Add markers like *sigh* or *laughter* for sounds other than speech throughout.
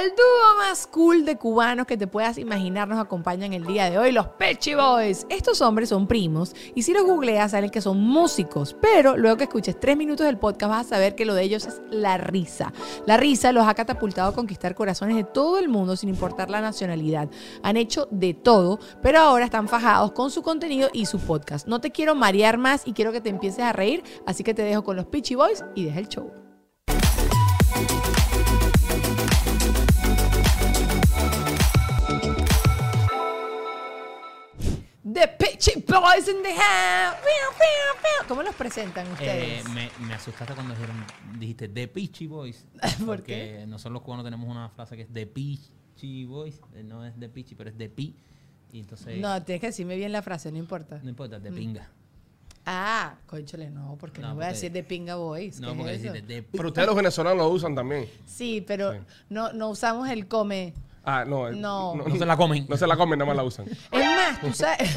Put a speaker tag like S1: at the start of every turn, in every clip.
S1: El dúo más cool de cubanos que te puedas imaginar nos acompañan el día de hoy, los Peachy Boys. Estos hombres son primos y si los googleas salen que son músicos, pero luego que escuches tres minutos del podcast vas a saber que lo de ellos es la risa. La risa los ha catapultado a conquistar corazones de todo el mundo sin importar la nacionalidad. Han hecho de todo, pero ahora están fajados con su contenido y su podcast. No te quiero marear más y quiero que te empieces a reír, así que te dejo con los Peachy Boys y deja el show. The Pitchy Boys in the house. Pew, pew, pew. ¿Cómo los presentan
S2: Eh,
S1: ustedes?
S2: me, me asustaste cuando dijeron, dijiste The Peachy Boys.
S1: *laughs* ¿Por
S2: porque nosotros los cubanos tenemos una frase que es The Peachy Boys. eh, No es The Peachy, pero es The Pi. Y entonces. No,
S1: No, Mm. tienes que decirme bien la frase, no importa.
S2: importa, The Pinga.
S1: Ah, conchole, no, porque no,
S2: No,
S1: voy a
S2: porque-
S1: decir de pinga boys.
S2: No,
S1: ¿qué
S2: porque
S1: es eso?
S2: dijiste The
S3: Pero ustedes los venezolanos lo usan también.
S1: Sí, pero
S3: Sí.
S1: No, no usamos el come.
S3: Ah, no. eh,
S1: No.
S2: No se la comen.
S3: No se la comen, nada más la usan.
S1: Es
S3: *laughs*
S1: más, tú sabes.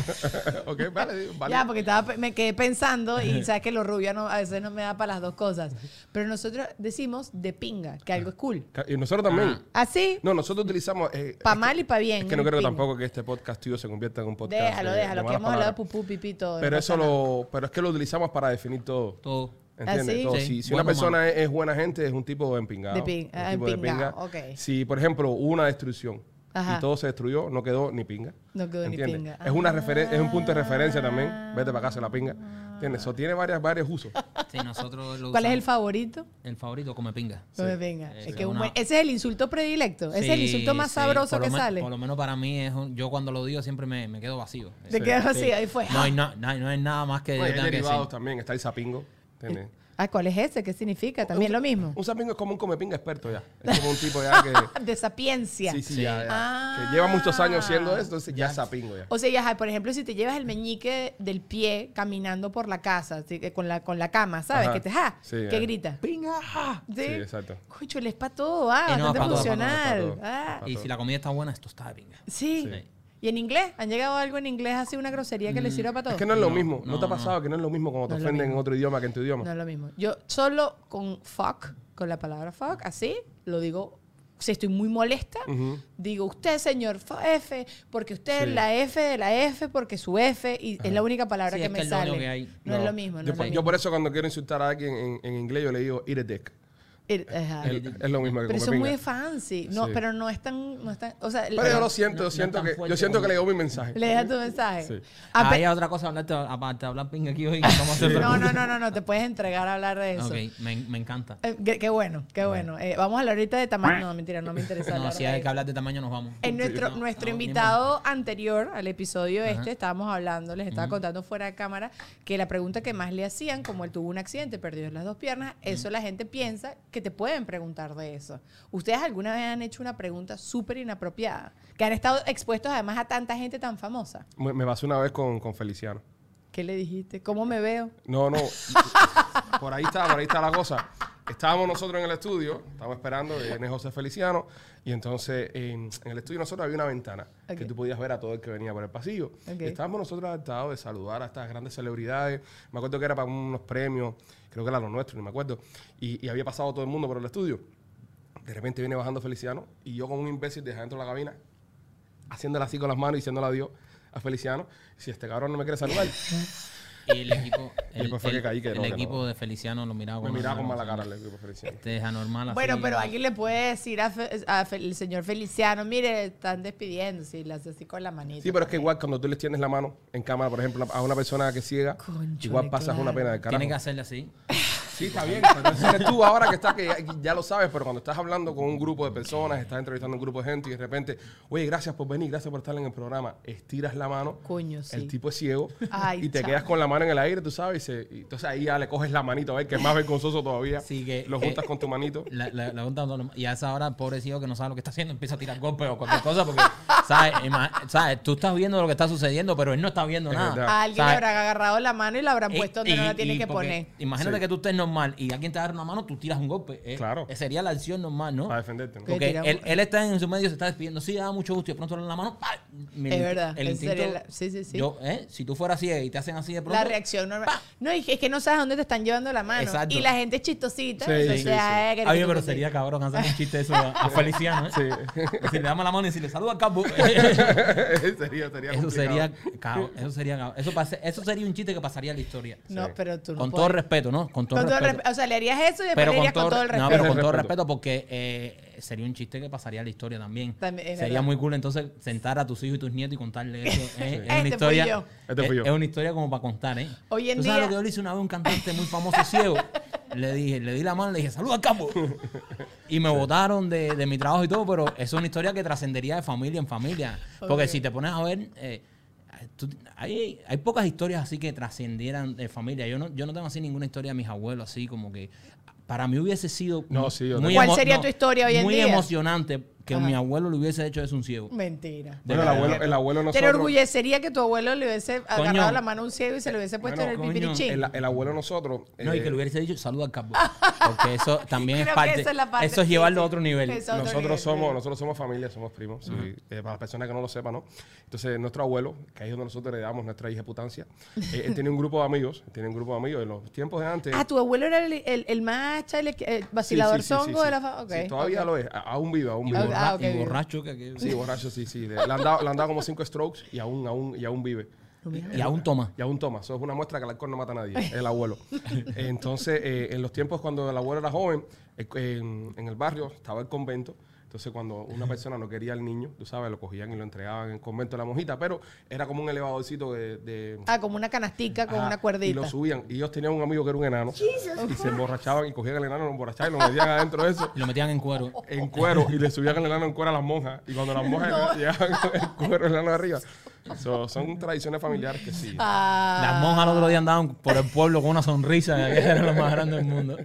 S3: ok, vale, digo, *laughs* vale.
S1: Ya, porque estaba, me quedé pensando
S3: *laughs*
S1: y sabes que los rubios no, a veces no me da para las dos cosas. Pero nosotros decimos de pinga, que algo es cool.
S3: Y nosotros también.
S2: Ah.
S1: Así,
S3: No, nosotros utilizamos. eh,
S1: pa'
S3: es que-
S1: mal y pa' bien.
S3: Es que no creo
S1: pinga.
S3: tampoco que este podcast tuyo se convierta en un podcast.
S1: Déjalo,
S3: de-
S1: déjalo,
S3: de
S1: que
S3: malas
S1: hemos hablado de
S3: palabras.
S1: pupú, pipí, todo. no
S3: Pero eso
S1: pasa nada.
S3: lo. Pero es que lo utilizamos para definir todo.
S2: Todo.
S3: ¿Entiendes?
S1: ¿Ah, sí?
S3: Todo.
S2: Sí,
S3: Si, si
S2: bueno,
S3: una persona es, es buena gente, es un tipo empingado.
S1: De pin- ah,
S3: un tipo de
S1: empingado,
S3: pinga.
S1: ok.
S3: Si, por ejemplo, hubo una destrucción
S1: Ajá.
S3: y todo se destruyó, no quedó ni pinga.
S1: No quedó ni
S3: ¿entiendes?
S1: pinga.
S3: Es, una referen- es un punto de referencia también.
S1: Ah.
S3: Vete para casa la pinga. ¿Entiendes? Eso tiene varias, varios usos.
S2: Sí, nosotros lo
S1: ¿Cuál es el
S2: usamos.
S1: favorito?
S2: El favorito? Come pinga.
S1: Come pinga.
S2: Eh,
S1: Es
S2: sí,
S1: que un
S2: una-
S1: buen- Ese es el insulto predilecto. Ese es el
S2: Sí,
S1: insulto más
S2: sí,
S1: sabroso
S2: por lo
S1: que
S2: men-
S1: sale.
S2: Por lo menos para mí, es un- yo cuando lo digo siempre me, me quedo vacío.
S1: Te
S2: Sí,
S1: quedas
S2: sí.
S1: vacío, ahí fue. ah.
S2: No hay, na- na- no hay nada más que.
S3: No, y
S2: yo
S3: hay
S2: tenga que
S3: derivados
S2: decir.
S3: también. Está el sapingo. ¿entiendes?
S1: Ah, ¿cuál es ese? ¿Qué significa? También
S2: Uh,
S1: lo mismo. Ah,
S3: Un sapingo es como un comepinga experto ya.
S1: *laughs*
S3: Es como un tipo ya que.
S1: De sapiencia.
S3: sí, sí,
S2: Sí.
S3: ya, ya.
S1: Ah.
S3: Que lleva muchos años haciendo esto, entonces ya es sapingo ya.
S1: O sea, ya, por ejemplo, si te llevas el meñique del pie caminando por la casa, así que con la, con la cama, ¿sabes?
S3: Ajá.
S1: Que te ja,
S3: Sí,
S1: que
S2: eh.
S3: ya.
S1: grita.
S3: ¡Pinga!
S1: ¿Sí?
S3: Sí, exacto.
S1: Cocho, es para todo, ah,
S2: Y no,
S1: bastante
S2: pa' todo, pa' todo,
S1: funcional.
S3: pa' todo.
S1: ah.
S2: Y si la comida está buena, es tostada de pinga.
S1: sí.
S3: Sí.
S1: ¿Y en inglés? ¿Han llegado algo en inglés así, una grosería que le sirva para todo?
S3: Mm, Es que no es lo
S2: No,
S3: mismo. ¿No, te ha
S2: no,
S3: pasado que no es lo mismo cuando
S1: No es
S3: te
S1: lo
S3: ofenden en
S1: mismo.
S3: otro idioma que en tu idioma?
S1: No es lo mismo. Yo solo con fuck, con la palabra fuck, así, lo digo. Si estoy muy molesta,
S3: Ujú.
S1: digo usted, señor fu- F, porque usted es
S3: Sí.
S1: la F de la F, porque su F, y es la única palabra
S2: Sí,
S1: que
S2: es
S1: me
S2: que es lo
S1: sale.
S2: único que hay.
S1: No, es lo mismo. No
S3: yo,
S1: es lo
S3: por, yo
S1: mismo.
S3: por eso cuando quiero insultar a alguien en, en inglés, yo le digo, eat a dick.
S1: Eh, ajá.
S3: Es, es lo mismo que
S1: Pero
S3: comepinga.
S1: eso es muy fancy. No,
S3: Sí.
S1: pero no es tan. No es tan o sea,
S3: Pero
S1: le-
S3: yo lo siento,
S2: No- no
S3: yo siento
S2: tan
S3: que,
S2: fuerte
S3: yo siento
S2: como-
S3: que le digo mi mensaje.
S1: le das tu mensaje.
S3: Sí.
S1: A pe-
S2: Ahí Ah, hay otra cosa, hablarte, aparte de hablar pinga aquí
S1: *laughs*
S2: hoy. vamos a hacer
S1: no, no, no, no, no, te puedes entregar a hablar de eso.
S2: Ok, me, me encanta.
S1: Eh, qué, qué bueno, qué bueno. Eh, vamos a hablar ahorita de tamaño. No, mentira, no me interesa.
S2: No,
S1: hablar
S2: si
S1: de
S2: hay
S1: eso.
S2: que hablar de tamaño, nos vamos.
S1: En nuestro,
S2: No,
S1: nuestro
S2: no,
S1: invitado anterior al episodio este, estábamos hablando, les estaba contando fuera de cámara, que la pregunta que más le hacían, como él tuvo un accidente, perdió las dos piernas, eso la gente piensa que te pueden preguntar de eso. ¿Ustedes alguna vez han hecho una pregunta súper inapropiada? Que han estado expuestos además a tanta gente tan famosa.
S3: Me, me pasó una vez con, con Feliciano.
S1: ¿Qué le dijiste? ¿Cómo me veo?
S3: No, no. *laughs* por ahí está, por ahí está la cosa. Estábamos nosotros en el estudio, estábamos esperando, viene José Feliciano, y entonces en, en el estudio nosotros había una ventana
S1: Ok.
S3: que tú podías ver a todo el que venía por el pasillo.
S1: Ok.
S3: Y estábamos nosotros adaptados de saludar a estas grandes celebridades. Me acuerdo que era para unos premios, creo que era lo nuestro, no me acuerdo. Y, y había pasado todo el mundo por el estudio. De repente viene bajando Feliciano y yo como un imbécil desde adentro de la cabina, haciéndole así con las manos y diciéndole adiós a Feliciano. Si este cabrón no me quiere saludar,
S1: *laughs*
S2: Y el
S3: *laughs*
S2: equipo, el,
S3: después fue que
S2: el-
S3: caí que
S2: el
S3: no, que
S2: equipo
S3: no.
S2: de Feliciano lo miraba
S3: me
S2: con
S3: miraba con mala cara el equipo
S2: *laughs*
S3: Feliciano.
S2: Este es anormal. así.
S1: Bueno, pero alguien le puede decir al señor Feliciano, mire, están despidiendo, si le hace así con la manita.
S3: Sí, pero es que igual cuando tú le tienes la mano en cámara, por ejemplo, a una persona que ciega,
S1: Cónchale,
S3: igual pasas
S1: claro.
S3: una pena de
S2: Tiene que
S3: carajo.
S2: hacerle así.
S3: Sí, está bien. Pero ese eres tú ahora que estás, que ya, ya lo sabes, pero cuando estás hablando con un grupo de personas, estás entrevistando a un grupo de gente y de repente, oye, gracias por venir, gracias por estar en el programa, estiras la mano.
S1: Coño, sí.
S3: El tipo es ciego
S1: Ay,
S3: y te
S1: chao.
S3: quedas con la mano en el aire, tú sabes, y, se- y entonces ahí ya le coges la manito, a ver que es más vergonzoso todavía.
S2: Sí, que- eh,
S3: lo juntas con tu manito.
S2: La, la, la junta no- y a esa hora, pobrecillo que no sabe lo que está haciendo, empieza a tirar golpes o cualquier cosa
S3: *laughs*
S2: porque, ¿sabes? Ima- ¿sabes? Tú estás viendo lo que está sucediendo, pero él no está viendo
S3: Es
S2: nada.
S3: verdad.
S1: A alguien le
S2: ¿Sabes?
S1: habrá agarrado la mano y la habrán puesto donde
S2: Y-
S1: no la
S2: y-
S1: tiene
S2: y
S1: que
S2: porque
S1: poner.
S2: Imagínate
S3: Sí.
S2: que tú estés normal y alguien te agarra una mano, tú tiras un golpe. Eh,
S3: Claro.
S2: eh, sería la acción normal, ¿no?
S3: Para defenderte. ¿no?
S1: Pe-
S2: Porque
S1: Tira un-
S2: él, él está en su medio, se está despidiendo. Sí, da mucho gusto. Y de pronto le dan la mano. ¡pa! Mi-
S1: Es verdad,
S2: El
S1: esa sería
S2: instinto.
S1: la- sí, sí, sí.
S2: yo, ¿eh? Si tú fueras así y te hacen así de pronto.
S1: La reacción normal. No, y es que no sabes a dónde te están llevando la mano.
S2: Exacto.
S1: Y la gente es chistosita.
S3: Sí,
S1: entonces,
S3: sí, sí.
S1: ay, que-
S2: Oye, pero sería cabrón hacer un chiste
S1: *laughs*
S2: de eso a, a Feliciano, ¿eh? Si le damos la mano y si le saluda al *laughs* campo.
S3: *laughs* sería, sería
S2: eso
S3: complicado.
S2: sería cabrón. Eso sería cabrón. Eso, pase- eso sería un chiste que pasaría a la historia.
S1: No,
S3: Sí.
S1: pero tú no
S2: Con
S1: puedes.
S2: todo respeto, ¿no? Con todo
S1: Con todo el
S2: respeto.
S1: respeto. O sea, le harías eso y después
S2: pero
S1: le
S2: con
S1: harías
S2: todo,
S1: con todo el respeto.
S2: no, pero con
S3: Respeto.
S2: todo respeto porque eh, sería un chiste que pasaría a la historia también.
S1: También, es
S2: sería
S1: verdad.
S2: muy cool entonces sentar a tus hijos y tus nietos y contarle
S1: *laughs*
S2: eso. Es, es
S1: Este
S2: una
S1: fui
S2: historia.
S1: yo.
S3: Este fui
S2: es-
S3: yo.
S2: es una historia como para contar, ¿eh?
S1: Hoy en
S2: ¿Tú sabes
S1: día-
S2: lo que yo le hice una vez a un cantante muy famoso ciego? Le dije, le di la mano, le dije, saluda
S1: *laughs*
S2: al campo. Y me votaron de, de mi trabajo y todo, pero eso es una historia que trascendería de familia en familia. Porque
S1: Ok.
S2: si te pones a ver, eh, tú- hay, hay pocas historias así que trascendieran de familia. Yo no, yo no tengo así ninguna historia de mis abuelos, así como que para mí hubiese sido
S3: No, sí, yo
S1: ¿Cuál
S2: emo-
S1: sería tu historia hoy en
S2: muy
S1: día?
S2: emocionante que
S1: Ajá.
S2: mi abuelo le hubiese hecho eso a un ciego.
S1: Mentira.
S3: Bueno, el abuelo, el abuelo
S1: Te
S3: nosotros.
S1: enorgullecería que tu abuelo le hubiese agarrado
S2: Coño.
S1: la mano a un ciego y se le hubiese puesto
S2: Bueno,
S1: en el
S2: coño,
S1: pipirichín.
S3: El, el abuelo nosotros.
S2: No, y
S3: eh,
S2: que le hubiese dicho saluda
S1: *laughs*
S2: al campo. Porque eso también es
S1: Creo que
S2: parte,
S1: esa es la parte-
S2: Eso es
S1: sí,
S2: llevarlo a
S1: sí.
S2: otro nivel.
S1: Eso. otro nivel,
S3: Nosotros
S1: sí.
S3: somos, nosotros somos familia, somos primos, sí. Eh, para las personas que no lo sepan, ¿no? Entonces, nuestro abuelo, que ahí es donde nosotros le damos
S1: *laughs*
S3: nuestra ejeputancia, eh, él tenía un grupo de amigos, él tenía un grupo de amigos en los tiempos de antes.
S1: Ah, tu abuelo era el, el, el más chale, el
S3: Sí, sí,
S1: vacilador
S3: sí, sí,
S1: zongo
S3: sí.
S1: de la fa- ok,
S3: Sí, todavía
S1: ok.
S3: lo es, a- aún vivo, aún
S2: Y,
S3: vivo.
S2: borra-
S1: Ah, ok,
S2: y
S1: bien.
S2: borracho que, que-
S3: Sí, borracho, sí, sí. Le, le han dado, le han dado como cinco strokes y aún, aún, y aún vive.
S2: y aún toma.
S3: Y aún toma. Eso es una muestra que el alcohol no mata a nadie. El abuelo. Entonces, eh, en los tiempos cuando el abuelo era joven, eh, en, en el barrio estaba el convento. Entonces, cuando una persona no quería al niño, tú sabes, lo cogían y lo entregaban en el convento de la monjita, pero era como un elevadorcito de... de-
S1: Ah, como una canastica con
S3: Ajá,
S1: una cuerdita.
S3: Y lo subían. Y ellos tenían un amigo que era un enano. Y se emborrachaban y cogían al enano, lo emborrachaban y lo metían adentro de eso
S2: Y lo metían en cuero.
S3: en cuero y le subían el enano en cuero a las monjas. Y cuando las monjas llegaban con el cuero el enano arriba. So, son tradiciones familiares que sí.
S1: Ah,
S2: Las monjas el otro día andaban por el pueblo con una sonrisa, que era lo más grande del mundo.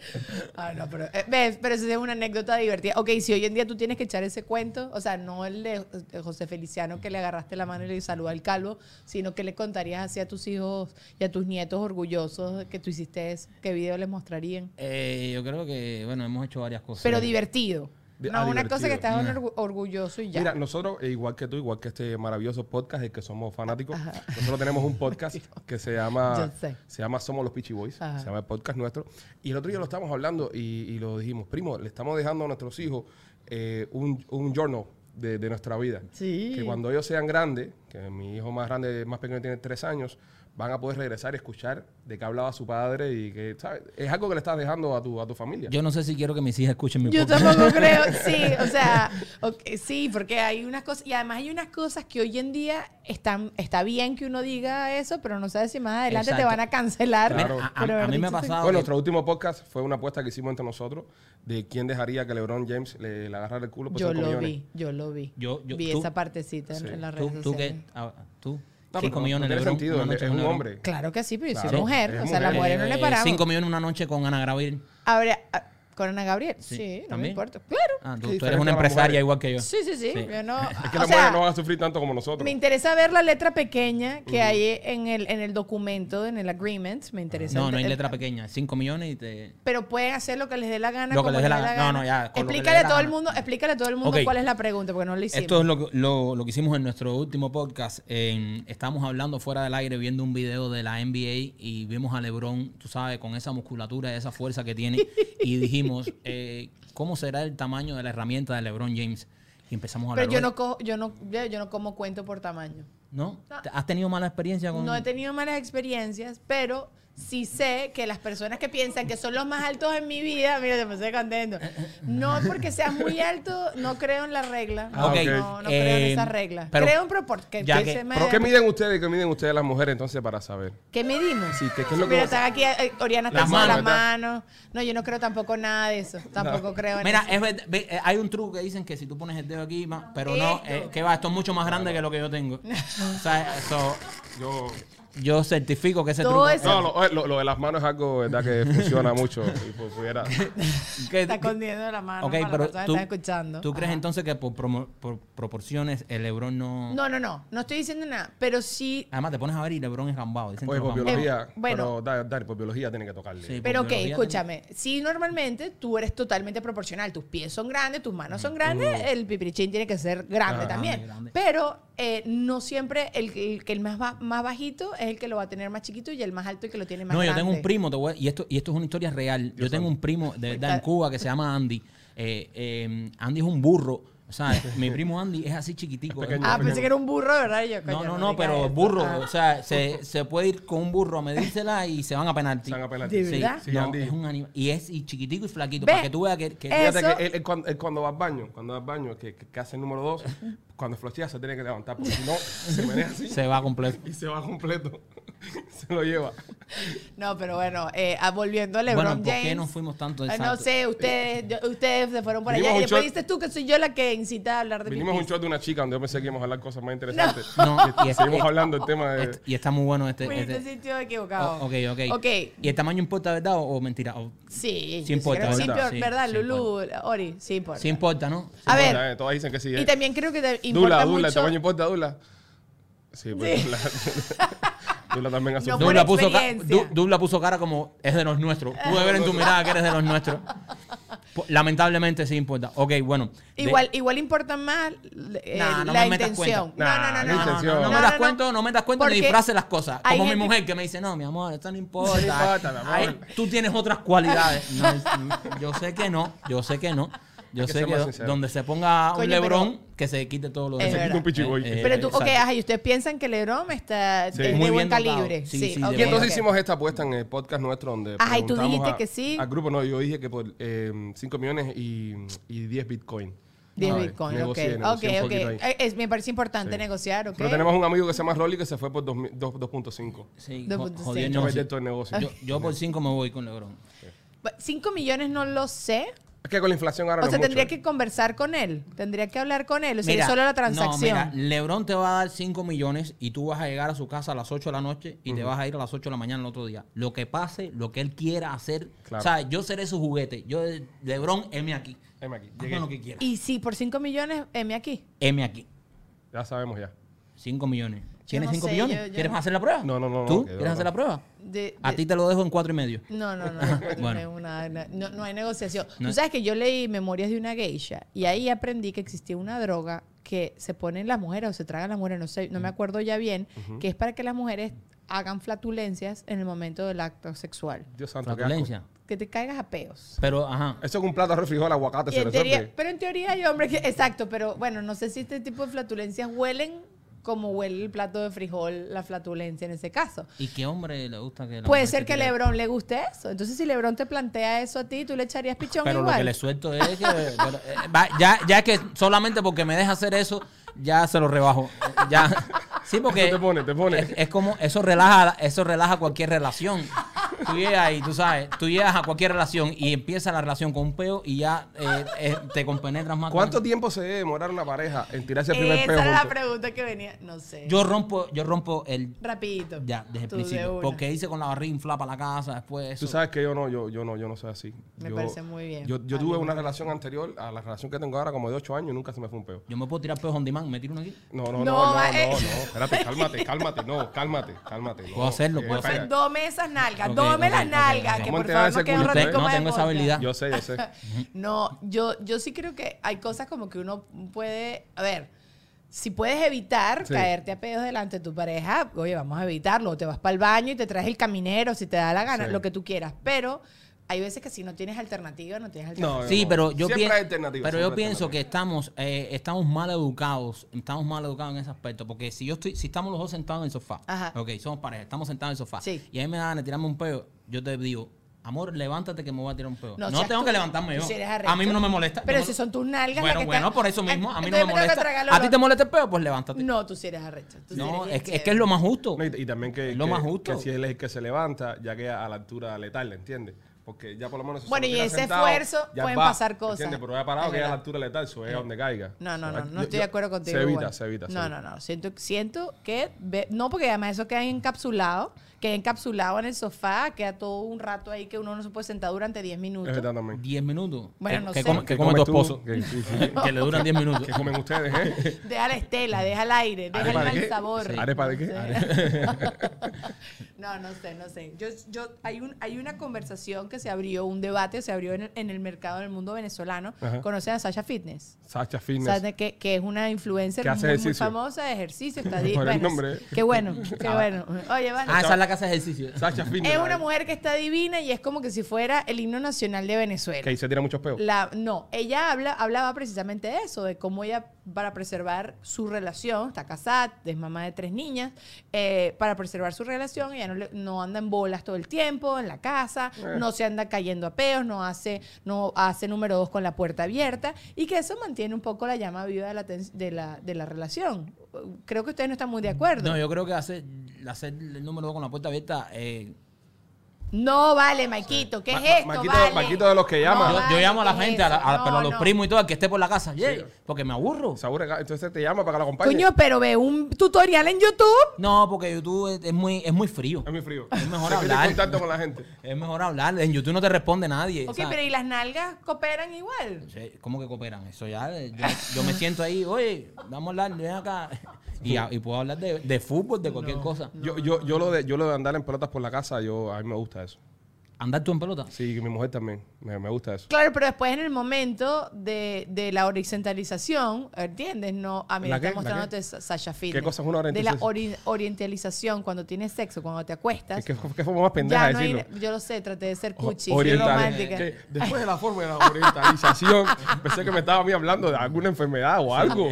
S1: ah, no, pero, eh, ves, pero esa es una anécdota divertida. Ok, si hoy en día tú tienes que echar ese cuento, o sea, no el de eh, José Feliciano que le agarraste la mano y le saluda al calvo, sino que le contarías así a tus hijos y a tus nietos orgullosos de que tú hiciste eso, qué video les mostrarían.
S2: Eh, yo creo que, bueno, hemos hecho varias cosas.
S1: Pero divertido.
S3: Di-
S1: No,
S3: ah,
S1: una cosa que
S3: divertido.
S1: estás orgu- orgulloso y ya.
S3: Mira, nosotros, eh, igual que tú, igual que este maravilloso podcast del que somos fanáticos, nosotros tenemos un
S1: *laughs*
S3: podcast que se llama,
S1: Yo sé.
S3: se llama Somos los Peachy Boys,
S1: Ajá.
S3: se llama el podcast nuestro. Y el otro día lo estábamos hablando y, y lo dijimos, primo, le estamos dejando a nuestros hijos eh, un, un journal de, de nuestra vida.
S1: Sí.
S3: Que cuando ellos sean grandes, que mi hijo más grande, más pequeño tiene tres años, van a poder regresar y escuchar de qué hablaba su padre y que, ¿sabes? Es algo que le estás dejando a tu, a tu familia.
S2: Yo no sé si quiero que mis hijas escuchen mi
S1: Yo
S2: podcast.
S1: tampoco creo,
S3: *laughs*
S1: sí, o sea, ok, sí, porque hay unas cosas, y además hay unas cosas que hoy en día están, está bien que uno diga eso, pero no sabes si más adelante te
S2: Exacto.
S1: van a cancelar.
S2: Mira,
S3: Claro.
S2: a- a-
S1: por haber
S2: a mí me ha
S1: dicho eso.
S2: pasado- Ah,
S3: Bueno,
S2: ok.
S3: nuestro último podcast fue una apuesta que hicimos entre nosotros de quién dejaría que LeBron James le, le agarrara el culo por
S1: Yo
S3: 5
S1: lo
S3: millones.
S1: vi, yo lo vi.
S2: Yo- yo-
S1: vi
S2: tú-
S1: esa partecita en,
S3: Sí.
S1: en las
S2: ¿Tú,
S1: redes
S2: tú
S1: sociales.
S2: qué? Ah, ¿Tú?
S3: No,
S2: Cinco
S3: pero no-
S2: millones
S3: no
S2: de
S3: tiene
S2: Lebron,
S3: sentido,
S2: una
S3: él
S2: noche
S3: es
S2: con
S3: un
S2: Lebron.
S3: hombre.
S1: Claro que sí, pero yo soy
S3: Claro,
S1: mujer,
S3: es
S1: o sea,
S3: mujer.
S1: las mujeres no le
S2: Eh,
S1: paramos.
S2: Cinco millones una noche con Ana Gabriel.
S1: Ahora, ah, con Ana Gabriel, sí, no
S2: Sí,
S1: me
S2: también.
S1: importa, claro.
S2: Ah,
S3: Qué
S2: tú, tú
S3: diferente
S2: eres
S3: a las
S2: una empresaria
S3: mujeres.
S2: igual que yo.
S1: Sí, sí, sí,
S2: Sí.
S1: yo no...
S3: Es que
S1: o
S3: las
S1: sea,
S3: mujeres no van a sufrir tanto como nosotros.
S1: Me interesa ver la letra pequeña que hay en el, en el documento, en el agreement. Me interesa.
S2: No, no hay
S1: el-
S2: letra pequeña. Cinco millones y te...
S1: Pero pueden hacer lo que les dé la gana.
S2: Lo que
S1: como
S2: les dé la gana. No, no, ya, con lo que les
S1: Explícale a
S2: dé la
S1: todo el
S2: gana.
S1: mundo, explícale a todo el mundo
S2: Ok.
S1: cuál es la pregunta, porque no lo hicimos.
S2: Esto es lo, que- lo, lo que hicimos en nuestro último podcast. En- estábamos hablando fuera del aire, viendo un video de la NBA y vimos a LeBron, tú sabes, con esa musculatura y esa fuerza que tiene.
S1: *laughs*
S2: Y dijimos, eh, ¿cómo será el tamaño de la herramienta de LeBron James? Y empezamos a hablar.
S1: Pero yo
S2: oye,
S1: no, cojo, yo, no, yo yo no como cuento por tamaño.
S2: ¿no? ¿Te- ¿Has tenido mala experiencia con.?
S1: No he tenido malas experiencias, pero sí sé que las personas que piensan que son los más altos en mi vida, mira, te pasé contento. No porque seas muy alto, no creo en la regla.
S3: Ah, ok.
S1: No, no creo en
S2: Eh,
S1: esa regla.
S2: pero-
S1: creo en propor- que-
S2: ya
S1: que
S2: que-
S1: se me-
S3: ¿Pero qué miden ustedes? ¿Qué miden ustedes las mujeres entonces para saber?
S1: ¿Qué medimos?
S3: Sí, ¿qué- qué es lo que
S1: Mira,
S3: vos-
S1: están aquí, eh, Oriana está
S2: Las
S1: con las
S3: manos, ¿verdad?
S1: manos. No, yo no creo tampoco nada de eso. Tampoco creo en
S2: Mira,
S1: eso.
S2: es verdad, ve, eh, hay un truco que dicen que si tú pones el dedo
S1: *laughs*
S2: aquí, ma- pero no, eh, que va, esto es mucho más grande que lo que yo tengo. o sea, eso.
S3: Yo,
S2: Yo certifico que ese
S1: Todo
S2: truco...
S1: ese-
S3: No, lo, lo- lo de las manos es algo, ¿verdad? Que funciona mucho. Y pues,
S2: *laughs*
S3: pudiera-
S2: que-
S1: Está escondiendo la mano
S2: Ok,
S1: para
S2: pero
S1: las personas Ah, que
S2: tú,
S1: están escuchando.
S2: ¿tú crees
S1: Ajá.
S2: entonces que por, promo- por proporciones el Lebron no...
S1: No, no, no. No estoy diciendo nada. Pero sí.
S2: Además te pones a ver y Lebron es gambado. Dicen
S3: Oye,
S2: que
S3: por
S2: los gambados-
S3: biología.
S1: Eh, bueno.
S3: Pero, Dari, Dari, por biología tiene que tocarle.
S2: Sí.
S1: Pero ok,
S2: biología
S1: escúchame. Sí, normalmente tú eres totalmente proporcional. Tus pies son grandes, tus manos son grandes, el pipirichín tiene que ser grande
S2: Ajá,
S1: también.
S2: Mm. Uh. grande, grande.
S1: Pero eh, no siempre el, el que el más, ba- más bajito es el que lo va a tener más chiquito y el más alto el que lo tiene más
S2: No,
S1: grande.
S2: yo tengo un primo, te voy a- y, esto, y esto es una historia real. yo tengo un primo de verdad en Cuba que se llama Andy. Eh, eh, Andy es un burro. O sea, mi primo Andy es así chiquitico.
S3: Es pequeño.
S1: Ah, pensé que era un burro, de ¿verdad? Y yo,
S2: No,
S1: coño,
S2: no, no,
S1: diga
S2: pero
S1: eso.
S2: burro.
S1: Ah.
S2: O sea, se, se puede ir con un burro a medírsela y se van a penalti.
S3: Se van a pelar.
S1: ¿De
S2: Sí,
S1: verdad?
S3: Sí,
S2: no,
S3: Andy.
S2: es un animal. Y es y chiquitico y flaquito.
S1: Ve.
S2: Para que tú veas que. que-
S1: Eh.
S3: Fíjate
S1: Eso-
S3: que él, él cuando, él cuando va al baño, cuando va al baño, que, que- que hace el número dos, cuando flochea se tiene que levantar, porque si no, se menea así
S2: Se va completo.
S3: y se va completo. *laughs* se lo lleva.
S1: No, pero bueno, eh, ah, volviendo a LeBron
S2: Bueno, ¿por
S1: James.
S2: qué nos fuimos tanto?
S1: Ah, No
S2: Exacto. Eh,
S1: sé, ustedes, yo- ustedes se fueron por allá
S3: Vinimos a
S1: y
S3: un
S1: después
S3: shot.
S1: dices tú que soy yo la que incita a hablar de
S3: Vinimos a un
S1: pipis.
S3: show de una chica donde yo pensé que íbamos a hablar cosas más interesantes.
S2: No, y, es-
S3: Seguimos
S2: es-
S3: hablando del tema de.
S2: es- y está muy bueno este.
S1: Fuiste
S2: este-
S1: al sitio equivocado.
S2: Oh, ok, ok.
S1: Ok,
S2: ¿Y el tamaño importa, verdad? ¿O, o mentira? O-
S1: sí.
S2: Sí
S1: yo
S2: importa,
S1: creo que sí,
S2: ¿verdad?
S1: peor,
S2: Sí,
S1: ¿verdad,
S2: sí
S1: Lulu? Ori, sí importa.
S2: sí importa, ¿no? Sí.
S1: a ver,
S3: Ahora, eh, Todas dicen que sí. eh.
S1: y también creo que te importa
S3: Dula,
S1: mucho.
S3: Dula, el tamaño importa, Dula. Sí, pues
S1: Sí.
S3: Dula. *laughs* Dula también hace
S1: No
S3: un
S1: por
S2: Dubla puso, ca-
S1: experiencia.
S2: Du- Dubla puso cara como es de los
S1: *laughs*
S2: nuestros. Pude ver en tu mirada que eres de los nuestros. Po- Lamentablemente sí importa. Ok, bueno. De-
S1: Igual, igual importa más eh,
S2: Nah, no
S1: la
S2: me metas
S1: intención.
S2: cuenta.
S1: No, no, no,
S3: Nah,
S1: no.
S2: No, no, no, no
S3: Ah, No,
S2: me
S1: no,
S2: das
S1: no.
S2: cuento, no me das cuento ni
S1: Porque
S2: disfraces las cosas.
S1: hay
S2: Como mi
S1: gente-
S2: mujer que me dice, no, mi amor, esto no importa.
S3: No importa, mi amor.
S2: Ay, tú tienes otras cualidades. No, yo sé que no, yo sé que no. Yo
S3: Hay que
S2: sé
S3: ser
S2: que
S3: más
S2: do-
S3: sincero.
S2: donde se ponga un
S1: Coño,
S2: lebrón, que se quite todo lo
S1: Es
S2: demás. Eh,
S1: Se quite
S3: un pichiboy.
S1: Pero tú, ok,
S2: exacto.
S1: ajá, y ustedes piensan que LeBron está
S3: Sí.
S1: es de
S2: Muy
S1: buen
S2: bien dotado.
S1: calibre.
S2: Sí,
S1: Sí,
S2: sí,
S1: ok,
S2: de
S3: Y entonces
S1: ok.
S3: hicimos esta apuesta en el podcast nuestro donde
S1: Ajá, y tú
S3: preguntamos
S1: dijiste
S3: a-
S1: que sí.
S3: Al grupo no, yo dije que por 5 millones y, y 10 bitcoin.
S1: 10
S3: ¿Sabes?
S1: bitcoin, ok.
S3: Negocié,
S1: Ok,
S3: negocié un
S1: ok.
S3: poquito ahí.
S1: Eh, es- me parece importante
S3: Sí.
S1: negociar, ok.
S3: Pero tenemos un amigo que se llama Rolly que se fue por dos mil- dos- 2.5.
S2: Sí,
S1: Dos
S2: jo-
S1: punto
S2: jodido,
S1: seis.
S2: no,
S3: Yo
S2: sí.
S3: vendí todo el negocio.
S2: Yo, yo por cinco me voy con Lebron.
S1: 5 Pues, millones no lo sé.
S3: Es que con la inflación ahora
S1: O
S3: no
S1: sea,
S3: es mucho,
S1: tendría
S3: ¿eh?
S1: que conversar con él. Tendría que hablar con él. O sea,
S2: Mira,
S1: es solo la
S2: No, mira,
S1: transacción.
S2: Lebron te va a dar 5 millones y tú vas a llegar a su casa a las 8 de la noche y te vas a ir a las 8 de la mañana el otro día. Lo que pase, lo que él quiera hacer.
S3: Claro.
S2: O sea, yo seré su juguete. Yo, Lebron, M aquí.
S3: Heme aquí,
S2: Hazme
S3: llegué.
S2: lo que quiera.
S1: y si por 5 millones, M aquí.
S2: M aquí.
S3: Ya sabemos ya.
S2: 5 millones. ¿Tienes
S1: no
S2: 5
S1: sé,
S2: millones?
S1: yo- yo
S2: ¿Quieres
S1: no-
S2: hacer la prueba?
S3: No, no, no, no,
S2: ¿Tú?
S3: que yo
S2: ¿Quieres
S3: no.
S2: hacer la prueba?
S1: De-
S2: A
S1: de-
S2: ti te lo dejo en 4 y medio.
S1: No,
S2: *laughs*
S1: no, no. no, no,
S2: Bueno.
S1: es una- no, no hay negociación.
S2: No.
S1: Tú sabes que yo leí Memorias de una geisha y ahí aprendí que existía una droga que se ponen las mujeres o se tragan las mujeres, no sé, no me acuerdo ya bien, que es para que las mujeres hagan flatulencias en el momento del acto sexual.
S3: Dios santo, qué asco.
S2: Flatulencia.
S1: Que te caigas a peos.
S2: Pero, ajá.
S3: Eso con un plato de arroz, frijol, aguacate,
S1: Y
S3: Pues se
S1: en teoría-
S3: resuelve.
S1: pero en teoría hay hombres que... Exacto, pero bueno, no sé si este tipo de flatulencias huelen como huele el plato de frijol, la flatulencia en ese caso.
S2: ¿Y qué hombre le gusta que la
S1: Puede
S2: mujer
S1: ser
S2: se
S1: que a
S2: tire?
S1: Lebron le guste eso. Entonces, si Lebron te plantea eso a ti, tú le echarías pichón
S2: Pero lo
S1: igual.
S2: que le suelto es que. pero, eh, va, ya, ya que solamente porque me deja hacer eso, ya se lo rebajo. Eh, Ya. Sí, porque.
S3: Eso te pone, te pone.
S2: Es, es como. Eso relaja, eso relaja cualquier relación. Tú llegas y tú sabes, tú llegas a cualquier relación y empieza la relación con un peo y ya eh, eh, te compenetras más. con-
S3: ¿Cuánto tiempo se debe demorar una pareja en tirarse el primer
S1: Esa
S3: peo
S1: era la
S3: juntos?
S1: pregunta que venía. No sé.
S2: Yo rompo, yo rompo el.
S1: Rapidito.
S2: Ya, desde el
S1: Tú de
S2: principio.
S1: una.
S2: Porque hice con la barriga inflada para la casa, después.
S3: Tú
S2: eso.
S3: sabes que yo no, yo, yo no, yo no soy así.
S1: Me
S3: Yo-
S1: parece muy bien.
S3: Yo, yo
S1: A
S3: tuve
S1: mí
S3: una relación anterior a la relación que tengo ahora, como de 8 años, y nunca se me fue un peo.
S2: Yo me puedo tirar peos on demand, me tiro uno aquí.
S3: No, no,
S1: No,
S3: no, no, no,
S1: eh.
S3: no. Espérate, cálmate, cálmate, no, cálmate, cálmate. no.
S2: Puedo hacerlo,
S3: Eh,
S2: puedo
S3: espera.
S1: Entonces, dome esas nalgas,
S2: Ok,
S1: dome
S2: ok,
S1: las
S2: ok,
S1: nalgas,
S2: ok.
S1: que
S3: Vamos a
S1: por
S3: entrenar
S1: favor
S3: ese
S1: no quede un
S3: culito, ¿eh?
S1: ratico
S2: No,
S1: más de
S2: tengo esa
S1: podcast.
S2: habilidad.
S3: Yo sé,
S1: *laughs*
S3: yo sé.
S1: No, yo, yo sí creo que hay cosas como que uno puede, a ver, si puedes evitar
S3: Sí.
S1: caerte a pedos delante de tu pareja, oye, vamos a evitarlo, o te vas para el baño y te traes el caminero si te da la gana,
S3: Sí.
S1: lo que tú quieras, pero hay veces que si no tienes alternativa, no tienes alternativa.
S3: No, no,
S2: Sí,
S3: no.
S2: pero yo,
S3: Siempre
S2: pien-
S3: hay alternativas,
S2: pero yo
S3: siempre hay
S2: pienso que
S3: alternativas.
S2: estamos, eh, estamos mal educados, estamos mal educados en ese aspecto, porque si yo estoy, si estamos los dos sentados en el sofá,
S1: Ajá.
S2: ok, somos pareja, estamos sentados en el sofá,
S1: Sí.
S2: y ahí me dan a tirarme un peo, yo te digo, amor, levántate que me voy a tirar un peo. No,
S1: seas
S2: tengo
S1: tú-
S2: que levantarme yo.
S1: tú sí eres
S2: a mí
S1: arrecho.
S2: no me molesta.
S1: Pero
S2: Yo
S1: si
S2: no-
S1: son tus nalgas las
S2: Bueno,
S1: que
S2: bueno,
S1: están-
S2: por eso mismo, a mí no
S1: Entonces
S2: me
S1: tengo que
S2: molesta.
S1: tragar los
S2: ¿A ti te
S1: dos.
S2: molesta el peo? Pues levántate. No,
S1: No, tú sí eres arrecho. tú sí eres bien
S2: es, que, es que es
S1: chévere.
S2: lo más justo.
S3: No, y, y también que,
S2: Lo
S3: que-
S2: más justo.
S3: que si él es el que se levanta, ya queda a la altura letal, ¿entiendes? Porque ya por lo menos... si
S1: Bueno,
S3: se
S1: y
S3: queda
S1: ese esfuerzo
S3: ya
S1: pueden
S3: va,
S1: pasar cosas.
S3: ¿entiendes? Pero ya parado,
S1: Es
S3: que ya a la
S1: verdad. Eh,
S3: altura letal, eso es a donde caiga.
S1: No, no,
S3: O sea,
S1: no, no
S3: yo-
S1: estoy
S3: yo-
S1: de acuerdo contigo.
S3: Se evita,
S1: igual.
S3: se evita. se
S1: No,
S3: evita.
S1: no, no. Siento, siento que. ve- no, porque además eso queda encapsulado. Queda encapsulado en el sofá, queda todo un rato ahí que uno no se puede sentar durante 10
S3: Es
S1: minutos.
S3: verdad también.
S2: 10 minutos.
S1: Bueno,
S2: Que-
S1: no
S2: que
S1: sé.
S2: come-
S1: ¿Qué
S2: que come tu
S3: tú?
S2: esposo.
S3: Que, sí, sí.
S2: Que le duran 10 minutos. Ah,
S3: ¿Qué comen ustedes,
S2: *laughs*
S3: eh?
S1: Deja la estela, deja el aire, deja el
S3: ¿Arepa de
S1: mal
S3: qué?
S1: sabor.
S3: Sí. ¿Arepa de qué?
S1: No sé. *laughs* No, no sé, no sé. Yo, yo, hay, un, hay una conversación que se abrió, un debate se abrió en el, en el mercado del mundo venezolano.
S3: Ajá.
S1: Conocen a Sasha Fitness.
S3: Sacha
S1: O
S3: Fitness.
S1: sea, de que, que es una influencer
S3: Que hace
S1: muy, muy
S3: ejercicio.
S1: famosa de ejercicio.
S3: *laughs*
S1: Está di-
S3: Por el
S1: bueno,
S3: nombre, ¿eh?
S1: Qué bueno, qué bueno. Oye, vale.
S2: Ah, esa es la casa de ejercicio.
S3: Sacha Fitness.
S1: es
S3: la-
S1: una mujer que está divina y es como que si fuera el himno nacional de Venezuela.
S3: Que ahí se tira muchos peos.
S1: La- no, ella habla, hablaba precisamente de eso, de cómo ella, para preservar su relación, está casada, es mamá de tres niñas, eh, para preservar su relación, ella no, le- no anda en bolas todo el tiempo, en la casa,
S3: Eh.
S1: no se anda cayendo a peos, no hace, no hace número dos con la puerta abierta, y que eso mantiene un poco la llama viva de la, ten- de la, de la relación. Creo que ustedes no están muy de acuerdo.
S2: No,
S1: No,
S2: yo creo que hacer, hacer el número 2 con la puerta abierta. eh,
S1: vale, Maquito, ¿qué
S3: Ma-
S1: es
S3: ma-
S1: esto?
S3: Maquito-
S1: vale?
S3: Maquito de los que llama.
S2: yo,
S1: vale,
S2: yo llamo a la
S1: ¿qué es
S2: gente, a la- a-
S1: eso?
S2: pero a
S1: No,
S2: los
S1: no.
S2: primos y todo, al que esté por la casa. yey, porque me aburro.
S3: Seguro que- Entonces te llama para que la acompañe.
S1: Coño, pero ve un tutorial en YouTube.
S2: No, porque YouTube es, es muy, es muy frío.
S3: Es muy frío.
S2: Es mejor
S3: Se pierde
S2: hablar.
S3: contacto con la gente.
S2: Es mejor hablar. En YouTube no te responde nadie.
S1: Ok,
S2: ¿sabes?
S1: pero ¿y las nalgas cooperan igual?
S2: Sí, ¿Cómo que cooperan? Eso ya, eh, yo, yo me siento ahí, oye, vamos a hablar, ven acá. *laughs* Y, a- y puedo hablar de, de fútbol, de cualquier cosa.
S3: Yo, yo, yo, lo de, yo lo de andar en pelotas por la casa, yo, a mí me gusta eso.
S2: ¿Andar tú en pelota?
S3: Sí, mi mujer también. Me, me gusta eso.
S1: Claro, pero después en el momento de, de la horizontalización, ¿entiendes? No, a mí
S3: ¿La
S1: me está
S3: qué? ¿La
S1: mostrándote
S3: qué?
S1: Sa- Sasha Fitness.
S3: cosa es una
S1: De la
S3: orientalización?
S1: ori- orientalización, cuando tienes sexo, cuando te acuestas.
S3: Es que, que fue más pendeja
S1: ya no hay-
S3: decirlo.
S1: yo lo sé, traté de ser
S3: O- ¿eh?
S1: cuchi, soy
S3: oriental.
S1: romántica.
S3: Que después de la forma *laughs* de la *laughs* orientalización, pensé que me estaba a mí hablando de alguna enfermedad o *laughs* algo.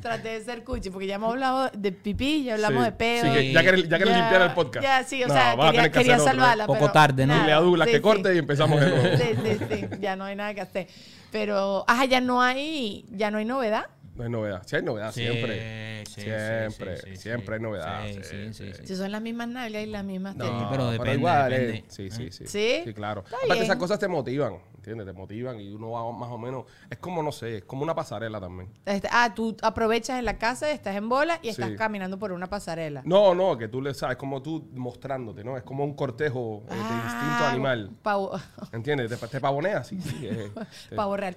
S1: Traté de ser cuchi, porque ya hemos hablado de pipí, ya hablamos
S3: Sí.
S1: de pedo.
S3: Sí, que ya querés ya querés limpiar el podcast.
S1: Ya, sí, o
S3: No,
S1: sea,
S3: vas
S1: quería,
S3: a tener que
S1: quería
S3: hacer otro, ¿eh?
S1: salvarla.
S2: Poco
S1: pero
S2: tarde, ¿no?
S1: nada.
S3: Dile a Douglas
S1: Sí,
S3: que
S1: sí.
S3: corte y empezamos de *laughs* nuevo.
S1: *laughs* Sí, sí, sí, ya no hay nada que hacer. Pero, ajá, ya no hay, ya no hay novedad.
S3: No hay novedad. Sí hay novedad,
S2: Sí,
S3: siempre.
S2: sí, sí,
S3: siempre,
S2: sí, sí,
S3: siempre
S2: sí.
S3: hay novedad.
S2: Sí, sí, sí, sí.
S1: Si son las mismas nalgas y las mismas
S3: No,
S1: tetas.
S2: Sí, pero depende,
S3: eh,
S2: depende.
S3: Sí, sí, sí.
S1: ¿Sí?
S3: claro.
S1: Está
S3: Aparte,
S1: bien.
S3: esas cosas te motivan, ¿entiendes? Te motivan y uno va más o menos. Es como, no sé, es como una pasarela también.
S1: Este, ah, tú aprovechas en la casa, estás en bola y estás
S3: Sí.
S1: caminando por una pasarela.
S3: No, no, que tú le sabes, como tú mostrándote, ¿no? Es como un cortejo eh,
S1: Ah,
S3: de instinto animal.
S1: Pavo,
S3: ¿Entiendes? Te, te pavoneas, sí, sí.
S1: *laughs*
S3: eh, te-
S1: pavo real.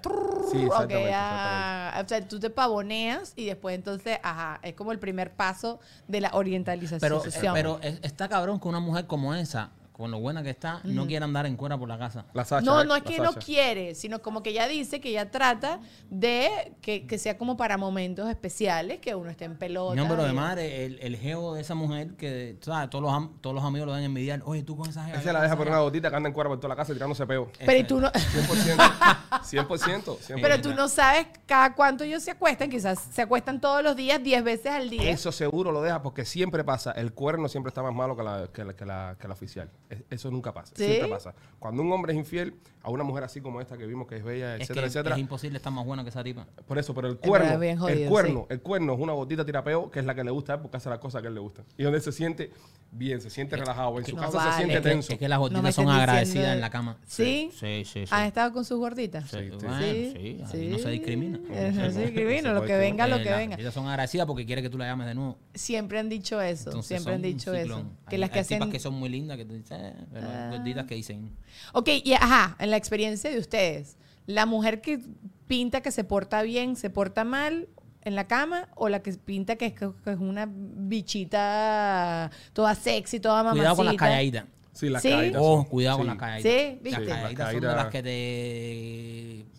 S3: Sí,
S1: Ok,
S3: exactamente,
S1: ah, O sea, tú te pavoneas y después entonces, ajá, es como el primer paso de la orientalización.
S2: Pero, eh,
S3: eh,
S2: pero es- está cabrón que una mujer como esa, con lo buena que está, no quiera andar en cuera por la casa.
S3: la Sacha,
S1: no,
S3: eh,
S1: no es
S3: la
S1: que no
S3: Sacha.
S1: quiere, sino como que ella dice que ella trata de que, que sea como para momentos especiales, que uno esté en pelota.
S2: No, pero
S1: y-
S2: además el, el geo de esa mujer que tú sabes, todos, los, am- todos los amigos lo deben envidiar. Oye, tú con esa geo.
S3: Esa la deja por una gotita que anda en cuerda por toda la casa tirándose
S1: *laughs*
S3: peo.
S1: Pero
S2: este,
S1: y tú
S2: *laughs*
S1: no...
S3: 100%. 100%. 100%.
S1: Pero tú no sabes cada cuánto ellos se acuestan, quizás se acuestan todos los días, 10 veces al día.
S3: Eso seguro lo deja porque siempre pasa. El cuerno siempre está más malo que la, que la, que la- que la oficial. Es- Eso nunca pasa.
S1: ¿Sí?
S3: Siempre pasa. Cuando un hombre es infiel a una mujer así como esta que vimos que es bella,
S2: Es,
S3: etcétera,
S2: que
S3: etcétera.
S2: es imposible estar más buena que esa tipa.
S3: por eso, pero el
S1: verdad,
S3: cuerno,
S1: bien jodido,
S3: el cuerno, el cuerno es una gotita tirapeo que es la que le gusta a él porque hace las cosas que a él le gusta. Y donde él se siente bien, se siente relajado. En su
S1: no
S3: casa
S1: vale.
S3: se siente
S2: Es que,
S3: tenso.
S2: es que las
S1: No me
S2: gorditas
S1: estés
S2: son agradecidas
S1: diciendo- Ah,
S2: en la cama.
S1: ¿Sí?
S2: Sí, sí, Eh, sí.
S1: ¿Has estado con sus gorditas?
S2: Sí,
S3: sí.
S2: bueno, sí, ahí no se discrimina.
S1: Eh, No se discrimina, lo que
S3: Eh,
S1: venga, lo
S2: Eh,
S1: que
S2: las
S1: venga.
S2: gorditas son agradecidas porque quiere que tú la llames de nuevo.
S1: Siempre han dicho eso,
S2: Entonces,
S1: siempre
S2: son
S1: han dicho
S2: un
S1: eso.
S2: ciclón.
S1: Que
S2: Hay-
S1: las que
S2: hay tipas
S1: hacen... Ah.
S2: que son muy lindas, que tú dices, eh, pero hay gorditas que dicen.
S1: Ok, y ajá, en la experiencia de ustedes, ¿la mujer que pinta que se porta bien, se porta mal en la cama? ¿O la que pinta que es, que es una bichita toda sexy, toda mamacita?
S2: Cuidado con las calladitas.
S3: Sí, las
S1: Sí.
S3: caídas.
S2: Oh, cuidado con
S3: Sí.
S2: las calladitas.
S1: Sí,
S2: Las
S1: ¿viste?
S3: Sí,
S2: calladitas
S3: las
S2: son de
S3: caídas.
S2: las que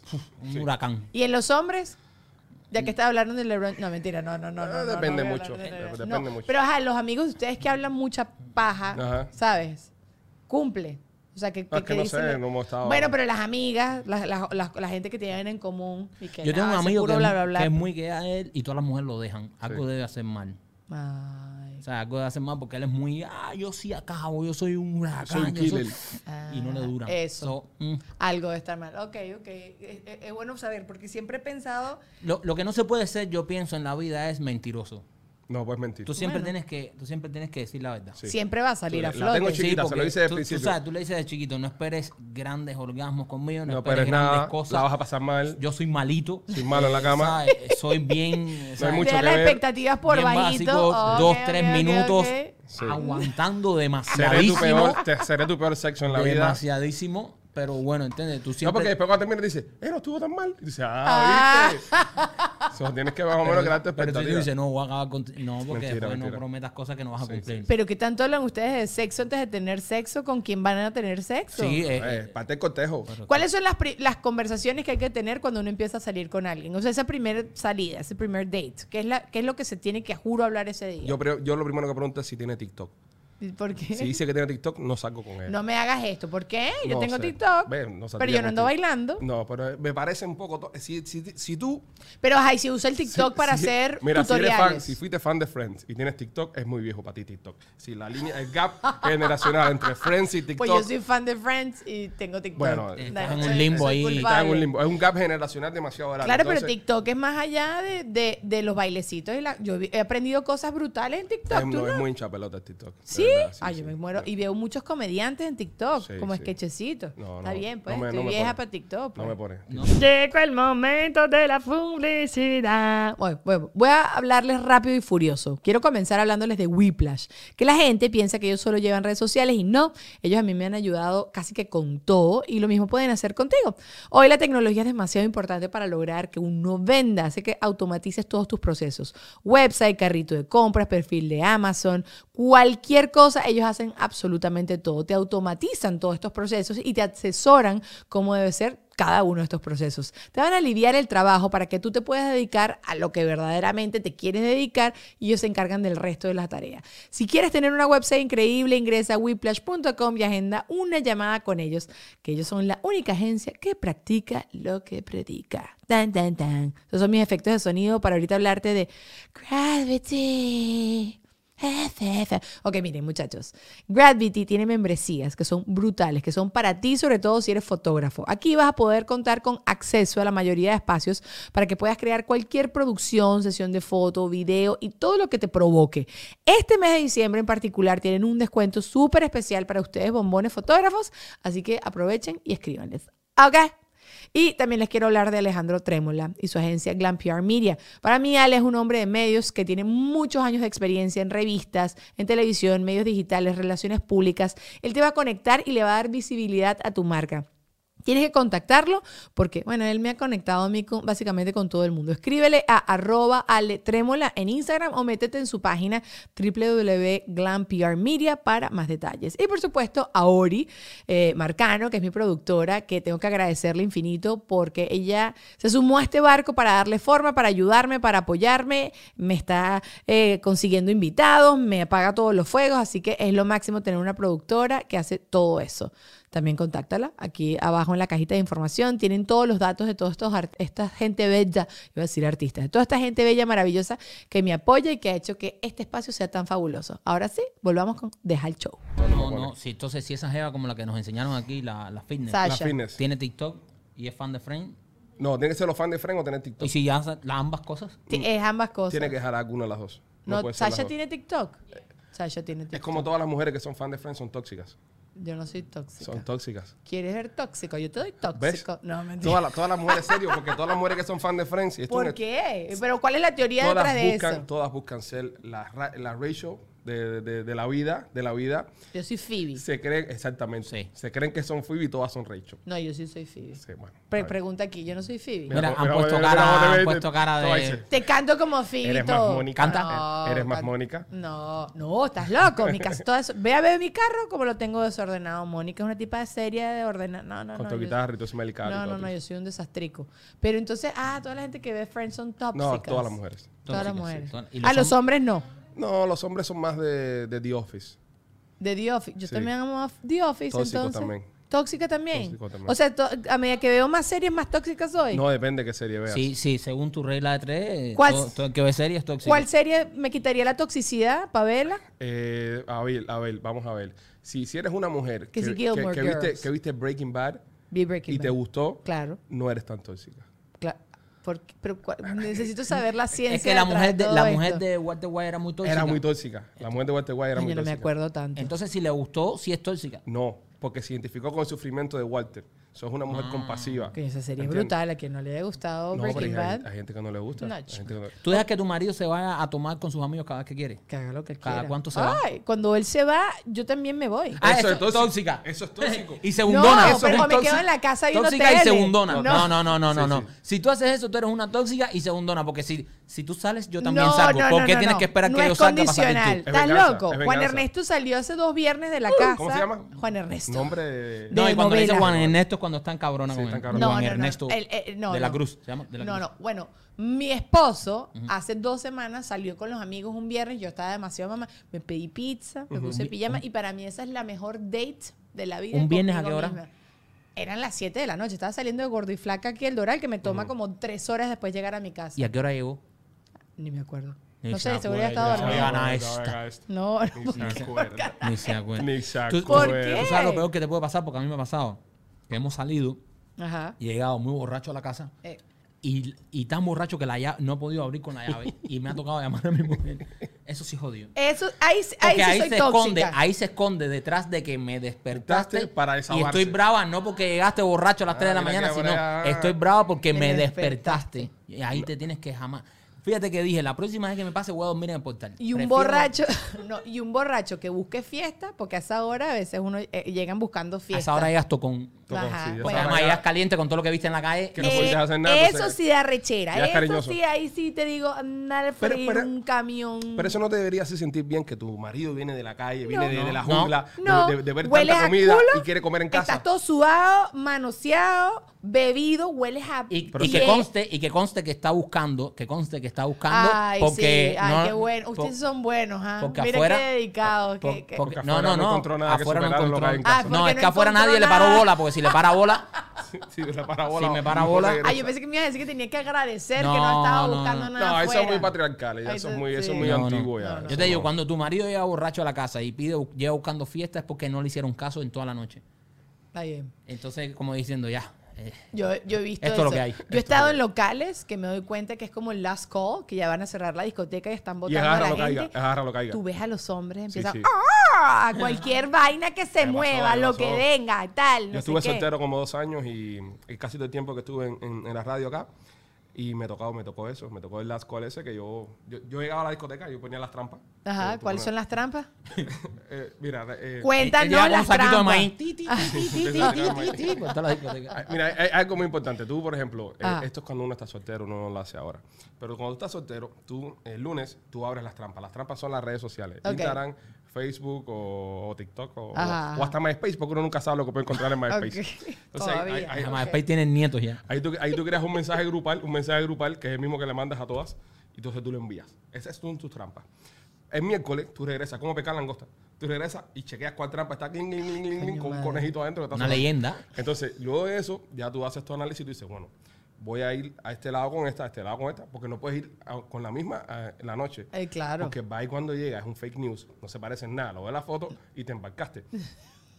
S2: te. Uf, un huracán.
S1: ¿Y en los hombres? Ya que está hablando de LeBron. No, mentira, no, no, no.
S3: Eh,
S1: no, no,
S3: depende
S1: no voy a
S3: mucho,
S1: hablar de LeBron.
S3: depende
S1: No,
S3: mucho.
S1: Pero ajá, los amigos de ustedes que hablan mucha paja,
S3: Ajá.
S1: ¿sabes? Cumple. O sea, que,
S3: No, es que no
S1: dicen
S3: sé,
S1: lo-
S3: no hemos estado-
S1: Bueno, pero las amigas, las- las- las- la gente que tienen en común. y que,
S2: Yo tengo
S1: ah,
S2: un
S1: ese
S2: amigo que,
S1: puro bla, bla, bla.
S2: que es muy que a él y todas las mujeres lo dejan. Algo debe hacer mal.
S1: Ay,
S2: O sea, algo debe hacer mal porque él es muy. Ah, yo sí acabo, yo soy un huracán.
S3: Soy un
S2: yo soy-".
S3: killer.
S2: Y no le dura.
S1: Ah, eso.
S2: mm.
S1: algo de estar mal. Ok, ok. Es, es- es bueno saber, porque siempre he pensado.
S2: Lo, lo que no se puede ser, yo pienso, en la vida es mentiroso.
S3: No, puedes mentir.
S2: Tú siempre,
S1: Bueno.
S2: tienes que, tú siempre tienes que decir la verdad.
S3: Sí.
S1: Siempre va a salir
S3: La
S1: a
S3: tengo
S1: flote.
S3: chiquita. se lo
S2: porque
S3: dice desde el
S2: tú, tú
S3: principio.
S2: sabes, tú le dices de chiquito, no esperes grandes orgasmos conmigo, no,
S3: No, pero
S2: esperes
S3: es
S2: grandes
S3: nada.
S2: cosas.
S3: La vas a pasar mal.
S2: Yo soy malito.
S3: Soy malo en la cama.
S2: ¿sabes? Soy bien.
S3: No hay
S2: ¿sabes?
S1: Te
S3: mucho
S1: da
S3: que
S1: las
S3: ver.
S1: expectativas por
S2: bien
S1: bajito.
S2: básico,
S1: Ok,
S2: dos,
S1: ok,
S2: tres
S1: ok,
S2: minutos
S1: ok.
S3: Sí.
S2: aguantando
S3: Seré tu,
S2: demasiadísimo.
S3: peor, te- seré tu peor sexo en la vida.
S2: demasiadísimo. Pero bueno, ¿entiendes? Tú siempre.
S3: No, porque después cuando termina dice, eh, no estuvo tan mal. Y dice,
S1: Ah.
S3: ah, ¿viste? So, tienes que más o menos crearte
S2: pero tú
S3: expectativas.
S2: dices, no, voy a acabar con. No, porque
S3: Mentira,
S2: después no
S3: mentira.
S2: prometas cosas que no vas a cumplir.
S1: Pero ¿qué tanto hablan ustedes de sexo antes de tener sexo? ¿Con quién van a tener sexo?
S2: Sí, eh,
S3: Eh, parte del cortejo.
S1: ¿Cuáles son las, pri- las conversaciones que hay que tener cuando uno empieza a salir con alguien? O sea, esa primera salida, ese primer date. ¿Qué es, la, qué es lo que se tiene que, juro, hablar ese día?
S3: Yo, creo- yo lo primero que pregunto es si tiene TikTok.
S1: ¿Por qué?
S3: Si dice que tiene TikTok, no salgo con él.
S1: No me hagas esto. ¿Por qué? Yo
S3: No
S1: tengo
S3: sé.
S1: TikTok.
S3: Ve, no
S1: pero
S3: saldría
S1: yo no ando
S3: contigo.
S1: bailando.
S3: No, pero eh, me parece un poco... to- Si, si, si tú...
S1: Pero ay, si usa el Tiktok
S3: si-
S1: para
S3: si-
S1: hacer
S3: mira, Si, eres fan,
S1: tutoriales.
S3: si fuiste fan de Friends y tienes TikTok, es muy viejo para ti TikTok. Si la línea, el
S1: *laughs*
S3: gap generacional entre Friends y TikTok...
S1: pues yo soy fan de Friends y tengo TikTok. Nah,
S3: Bueno,
S2: estás en un
S1: soy-
S2: limbo
S1: soy
S2: ahí.
S1: culpable.
S3: Está en un limbo. Es un gap generacional demasiado grande.
S1: Claro, pero
S3: Entonces,
S1: TikTok es más allá de, de- de los bailecitos. Y la, yo vi- he aprendido cosas brutales en TikTok.
S3: es,
S1: ¿tú
S3: no,
S1: no?
S3: es muy hincha pelota el TikTok. de
S1: ¿Sí?
S3: verdad,
S1: Ay, yo
S3: sí.
S1: me muero. Y veo muchos comediantes en TikTok,
S3: Sí,
S1: como
S3: sí.
S1: sketchecitos.
S3: No,
S1: Está
S3: no,
S1: bien, pues.
S3: no me- no
S1: Estoy
S3: me
S1: vieja
S3: pone.
S1: para TikTok.
S3: No
S1: pues.
S3: me pone.
S2: No.
S1: Llegó el momento de la publicidad. Voy, voy- voy a hablarles rápido y furioso. Quiero comenzar hablándoles de Whiplash, que la gente piensa que ellos solo llevan redes sociales y no, ellos a mí me han ayudado casi que con todo y lo mismo pueden hacer contigo. Hoy la tecnología es demasiado importante para lograr que uno venda, así que automatices todos tus procesos. Website, carrito de compras, perfil de Amazon, cualquier cosa, ellos hacen absolutamente todo. Te automatizan todos estos procesos y te asesoran cómo debe ser cada uno de estos procesos. Te van a aliviar el trabajo para que tú te puedas dedicar a lo que verdaderamente te quieres dedicar y ellos se encargan del resto de las tareas. Si quieres tener una website increíble, ingresa a whiplash.com y agenda una llamada con ellos, que ellos son la única agencia que practica lo que predica. Tan, tan, tan. Esos son mis efectos de sonido para ahorita hablarte de Gravity. FF. Ok, miren muchachos, Gravity tiene membresías que son brutales, que son para ti sobre todo si eres fotógrafo. Aquí vas a poder contar con acceso a la mayoría de espacios para que puedas crear cualquier producción, sesión de foto, video y todo lo que te provoque. Este mes de diciembre en particular tienen un descuento súper especial para ustedes, bombones fotógrafos, así que aprovechen y escríbanles. Ok. Y también les quiero hablar de Alejandro Trémola y su agencia Glam PR Media. Para mí, Ale es un hombre de medios que tiene muchos años de experiencia en revistas, en televisión, medios digitales, relaciones públicas. Él te va a conectar y le va a dar visibilidad a tu marca. Tienes que contactarlo porque, bueno, él me ha conectado a mí con- básicamente con todo el mundo. Escríbele a arroba Ale Trémola en Instagram o métete en su página www.glamprmedia para más detalles. Y por supuesto a Ori eh, Marcano, que es mi productora, que tengo que agradecerle infinito porque ella se sumó a este barco para darle forma, para ayudarme, para apoyarme. Me está eh, consiguiendo invitados, me apaga todos los fuegos, así que es lo máximo tener una productora que hace todo eso también contáctala. Aquí abajo en la cajita de información tienen todos los datos de todos estos art- esta gente bella, iba a decir artistas, de toda esta gente bella, maravillosa, que me apoya y que ha hecho que este espacio sea tan fabuloso. Ahora sí, volvamos con Deja el Show.
S2: No, no, sí, entonces si esa jeva como la que nos enseñaron aquí, la, la fitness,
S1: Sasha.
S3: La fitness.
S2: tiene TikTok y es fan de Friend.
S3: No, tiene que ser los fans de Friends o tener
S2: Y
S3: TikTok.
S2: si ya sa- las ambas cosas.
S1: Ti- Es ambas cosas.
S3: Tiene que dejar alguna de las dos.
S1: no,
S3: puede ser las
S1: Sasha
S3: dos. Eh,
S1: tiene TikTok. Sasha tiene TikTok.
S3: Es como todas las mujeres que son fans de Friends son tóxicas.
S1: Yo no soy tóxica.
S3: Son tóxicas.
S1: ¿Quieres ver tóxico? Yo te doy
S3: ¿Ves?
S1: tóxico. No, mentira.
S3: Todas las, todas las mujeres, serio, porque todas las mujeres que son fans de Friends. y esto es
S1: ¿Por
S3: una-
S1: qué? Pero ¿cuál es la teoría
S3: Todas
S1: detrás de
S3: buscan,
S1: eso?
S3: Todas buscan ser la, ra- la ratio de, de- de la vida, de la vida.
S1: Yo soy Phoebe.
S3: Se creen, exactamente.
S2: Sí.
S3: Se creen que son Phoebe y todas son Rachel.
S1: No, yo sí soy Phoebe.
S3: Sí, bueno, está
S1: Pre-
S3: bien.
S1: pregunta aquí, yo no soy Phoebe.
S2: Mira, han
S3: mira,
S2: puesto
S3: mira,
S2: cara-
S3: mira, mira,
S2: han
S3: mira,
S2: puesto cara
S3: todo
S2: de-
S3: ese.
S1: Te canto como Phoebe.
S3: Eres
S1: y
S3: más
S1: todo.
S3: Mónica.
S1: Canta.
S3: Eres más
S1: can-
S3: Mónica.
S1: No, no, estás loco. Mi
S3: *laughs*
S1: casa, todo eso. Ve a ver mi carro como lo tengo desordenado. Mónica es una tipa de seria de ordenar. No, no,
S3: Con
S1: no.
S3: tu
S1: yo-
S3: guitarra y tu Smelly Cat y
S1: no,
S3: todo
S1: no, no,
S3: eso.
S1: yo soy un desastrico. Pero entonces, ah, toda la gente que ve Friends son tóxicas.
S3: No, todas las mujeres.
S1: Todas las
S2: Tóxicas, sí,
S1: mujeres.
S2: todas- y
S1: a
S2: los
S1: los
S2: hom-
S1: hombres no.
S3: No, los hombres son más de, de The Office.
S1: De The Office. Yo
S3: Sí.
S1: también amo a The Office,
S3: Tóxico
S1: entonces.
S3: también.
S1: Tóxica también.
S3: Tóxico también.
S1: O sea, to- a medida que veo más series, más tóxica soy.
S3: No depende de qué serie veas.
S2: Sí, sí, según tu regla de tres, eh,
S1: ¿Cuál-
S2: todo- todo el que ve series es tóxico.
S1: ¿Cuál serie me quitaría la toxicidad, Pavela?
S3: Eh, a ver, a ver, vamos a ver. Si, si eres una mujer
S1: Que si Gilmore
S3: viste,
S1: Girls.
S3: que viste Breaking Bad
S1: Be Breaking
S3: y te
S1: Bad.
S3: gustó,
S1: Claro.
S3: no eres tan tóxica.
S1: Cla- ¿Por qué? Pero cua- necesito saber la ciencia.
S2: Ah, Es que la
S1: detrás
S2: mujer de,
S1: todo
S2: la mujer
S1: esto.
S2: de Walter White era muy tóxica.
S3: Era muy tóxica. La mujer de Walter White era
S1: Ay,
S3: muy
S1: yo no me
S3: tóxica.
S1: acuerdo tanto.
S2: Entonces, si le gustó, sí es tóxica.
S3: No, porque se identificó con el sufrimiento de Walter. Sos una mujer compasiva.
S1: Coño, Ah, esa serie es
S3: ¿Entiendes?
S1: brutal. A quien no le haya gustado
S3: No, pero hay,
S1: Breaking Bad,
S3: hay gente que no le gusta.
S1: No,
S3: hay gente que no-
S2: Tú dejas que tu marido se vaya a tomar con sus amigos cada vez que quiere.
S1: que haga lo que
S2: ¿Cada
S1: quiera.
S2: cuánto se va?
S1: Ay, cuando él se va, yo también me voy.
S2: Ah,
S3: Eso
S2: eso,
S3: es
S2: es tóxica.
S3: Eso es tóxico.
S2: Y segundona.
S1: No, pero
S2: es
S1: me quedo
S2: tóxica.
S1: en la casa viendo
S2: Tóxica y
S1: tele.
S2: segundona.
S1: No.
S2: No, no, no, no, no.
S3: Sí,
S2: no.
S3: sí.
S2: Si tú haces eso, tú eres una tóxica y segundona. Porque si, si tú sales, yo también
S1: no,
S2: salgo.
S1: no,
S2: ¿Por
S1: no,
S2: qué
S1: no,
S2: tienes
S1: no.
S2: que esperar
S1: no
S2: que yo
S1: es
S2: salga para salir
S1: condicional.
S2: tú?
S3: Es
S1: ¿Estás
S3: venganza,
S1: loco?
S3: es
S1: Juan
S3: venganza.
S1: Ernesto salió hace dos viernes de la
S2: Uh,
S1: casa.
S3: ¿Cómo se llama?
S1: Juan Ernesto.
S3: Nombre de...
S1: De
S2: No, y cuando le dice
S1: novela.
S2: Juan Ernesto es cuando están cabrona
S3: Sí,
S2: con
S3: están
S2: él.
S3: cabrona.
S1: No,
S2: Juan
S1: no, no.
S2: Ernesto
S1: El- eh, no,
S2: de la
S1: no.
S2: Cruz. se llama, de la
S1: No,
S2: Cruz.
S1: no. Bueno, mi esposo hace dos semanas salió con los amigos un viernes. Yo estaba demasiado mamá. Me pedí pizza, me puse pijama. Y para mí esa es la mejor date de la vida.
S2: ¿Un viernes a
S1: conmigo
S2: qué hora?
S1: misma. Eran las 7 de la noche. Estaba saliendo de gordo y flaca aquí el Doral, que me toma como tres horas después llegar a mi casa.
S2: ¿Y a qué hora llegó?
S1: Ni me acuerdo.
S2: Ni
S1: No sé,
S2: se
S1: seguro ya
S2: acuerda,
S1: estaba
S2: se
S1: dormida.
S2: gana
S3: Ni
S2: esta.
S3: gana esta.
S1: No,
S3: Ni
S1: no.
S3: se acuerda.
S2: Ni se acuerda.
S3: *laughs* Ni se
S2: Tú-
S1: ¿Por
S3: acuerda.
S1: qué?
S2: ¿Tú sabes lo peor que te puede pasar? Porque a mí me ha pasado que hemos salido,
S1: Ajá.
S2: llegado muy borracho a la casa
S1: Eh,
S2: y, y tan borracho que la llave, no he podido abrir con
S1: *laughs*
S2: la llave y me ha tocado llamar a mi mujer. Eso sí jodido.
S1: Eso, ahí, sí- ahí
S2: Porque
S1: sí
S2: ahí,
S1: soy
S2: se
S1: tóxica.
S2: esconde, ahí se esconde detrás de que me despertaste
S3: Despertaste para
S2: y
S3: desahogarse.
S2: estoy brava, no porque llegaste borracho a las
S3: Ah,
S2: 3 de la
S3: mira
S2: mañana,
S3: que
S2: sino
S3: brava.
S2: estoy brava porque
S1: Te
S2: me
S1: despertaste.
S2: despertaste. Y ahí te tienes que jamás. Fíjate que dije, la próxima vez que me pase voy a dormir en el portal.
S1: Y un
S2: Prefiero-
S1: borracho, *laughs* no, y un borracho que busque fiesta, porque a esa hora a veces uno eh, llegan buscando
S2: A
S1: fiesta.
S2: esa hora llegas tocón.
S3: Tocó,
S1: Ajá,
S3: sí, ya
S1: bueno.
S3: estaba
S2: Además,
S3: ya-
S2: llegas caliente con todo lo que viste en la calle.
S3: que no pudiste hacer nada,
S1: Eh, eso
S3: entonces-
S1: sí da rechera.
S3: Ya es
S1: Eso
S3: cariñoso.
S1: sí, ahí sí te digo, andar a
S3: Pero-
S1: freír
S3: pero-
S1: un camión.
S3: Pero eso no te debería hacer sentir bien que tu marido viene de la calle, viene de, de la
S2: No.
S3: jungla, de-
S1: no,
S3: de, de ver
S1: hueles
S3: tanta
S1: a
S3: comida
S1: culo,
S3: y quiere comer en casa.
S1: Estás todo sudado, manoseado, bebido, hueles a
S2: Y,
S1: pie.
S2: y que conste, y que conste que está buscando, que conste que está buscando.
S1: Ay,
S2: porque
S1: sí, ay,
S2: no-
S1: qué bueno.
S2: po-
S1: Ustedes son buenos, ¿ah?
S2: porque
S1: Mira
S2: afuera-
S1: qué dedicados.
S2: po-
S1: qué- qué-
S2: porque-
S3: Porque
S2: no,
S3: afuera
S2: no,
S3: no
S2: no.
S3: encontró nada que
S2: afuera no
S3: superara lo que
S2: encontró.
S3: hay en Ah,
S2: nada.
S1: casa. Ah, porque
S2: no, es
S1: no
S2: que afuera
S1: encontró
S2: nadie le paró
S1: nada.
S2: bola, porque si le para
S3: *laughs*
S2: bola,
S3: *laughs* Sí, me para bola.
S2: Si me para
S3: no
S2: bola.
S3: regresa.
S1: Ay, yo pensé que me iba a decir que tenía que agradecer que no
S2: No,
S1: estaba
S2: no, no.
S1: buscando nada.
S3: No, eso es
S1: afuera.
S3: muy patriarcal, ya
S1: Ay,
S3: eso es muy, eso es
S1: sí.
S3: muy
S2: No, no.
S3: antiguo ya.
S1: No, no.
S2: yo
S3: eso
S2: te digo,
S3: no.
S2: cuando tu marido llega borracho a la casa y pide, llega buscando fiesta es porque no le hicieron caso en toda la noche.
S1: Está bien.
S2: Entonces, como diciendo, ya. eh,
S1: Yo, yo he visto
S2: Esto es lo
S1: eso.
S2: que hay.
S1: Yo
S2: Esto
S1: he
S2: es lo
S1: estado
S2: que
S1: en
S2: hay.
S1: locales que me doy cuenta que es como el last call, que ya van a cerrar la discoteca y están
S3: Y
S1: botando a
S3: agarra
S1: la
S3: lo caiga,
S1: gente.
S3: agarra lo caiga.
S1: Tú ves a los hombres, empiezan
S3: sí.
S1: "Ah", a
S3: *laughs*
S1: cualquier vaina que se
S3: Me pasó,
S1: mueva,
S3: me
S1: lo
S3: pasó.
S1: que venga, tal. No
S3: Yo estuve
S1: sé qué.
S3: soltero como dos años y, y casi todo el tiempo que estuve en, en- en la radio acá. Y me tocó, me tocó eso, me tocó el last call ese que yo, yo, yo llegaba a la discoteca, yo ponía las trampas.
S1: Ajá, ¿cuáles son las trampas?
S3: *laughs* Eh, mira, eh, *laughs*
S2: él
S1: Cuéntanos
S2: llega con un
S1: las
S2: saquito de
S1: trampas. *laughs*
S2: maíz. Ti, ti, ti, ti, ti, ti, ti, ti, por toda la discoteca.
S3: Ah, Mira, hay, hay algo muy importante. Tú, por ejemplo, eh,
S1: Ajá.
S3: esto es cuando uno está soltero, uno no lo hace ahora. Pero cuando tú estás soltero, tú el lunes, tú abres las trampas. Las trampas son las redes sociales.
S1: Ok.
S3: Instagram, Facebook o, o TikTok o,
S1: Ajá,
S3: o hasta MySpace, porque uno nunca sabe lo que puede encontrar en MySpace.
S1: Ok.
S3: Entonces, ahí-
S1: Todavía.
S3: ahí- ahí-
S2: Además, después tienen nietos ya.
S3: ahí tú, ahí tú creas un mensaje grupal, un mensaje grupal que es el mismo que le mandas a todas, y entonces tú lo envías. Esas son tus trampas. El miércoles tú regresas, como pecar langosta. Tú regresas y chequeas cuál trampa está cling, cling, cling, cling,
S1: Coño,
S3: con un
S1: madre.
S3: conejito adentro. Que está
S2: Una
S3: sonando.
S2: leyenda.
S3: Entonces, luego de eso, ya tú haces tu análisis y tú dices, bueno, voy a ir a este lado con esta, a este lado con esta, porque no puedes ir a- con la misma a- en la noche.
S1: Eh, claro.
S3: Porque va y cuando llega es un fake news, no se parece en nada, lo ves la foto y te embarcaste.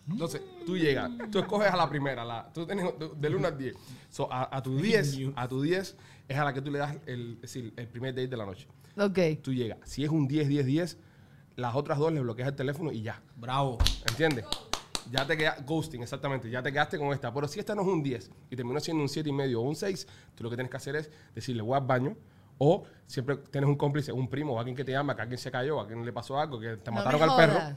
S3: Entonces, tú llegas, tú escoges a la primera, la, tú tienes del 1 al 10. So, a, a tu 10, a tu 10 es a la que tú le das el, es decir, el primer date de la noche.
S1: Ok.
S3: Tú llegas, si es un 10, 10, 10, las otras dos le bloqueas el teléfono y ya.
S2: Bravo.
S3: ¿Entiendes? Ya te quedaste, ghosting, exactamente, ya te quedaste con esta. Pero si esta no es un 10 y terminó siendo un 7 y medio o un 6, tú lo que tienes que hacer es decirle voy al baño o siempre tienes un cómplice, un primo o alguien que te llama, que alguien se cayó, a quien le pasó algo, que te
S1: No
S3: mataron
S1: me
S3: al perro.
S1: jodas.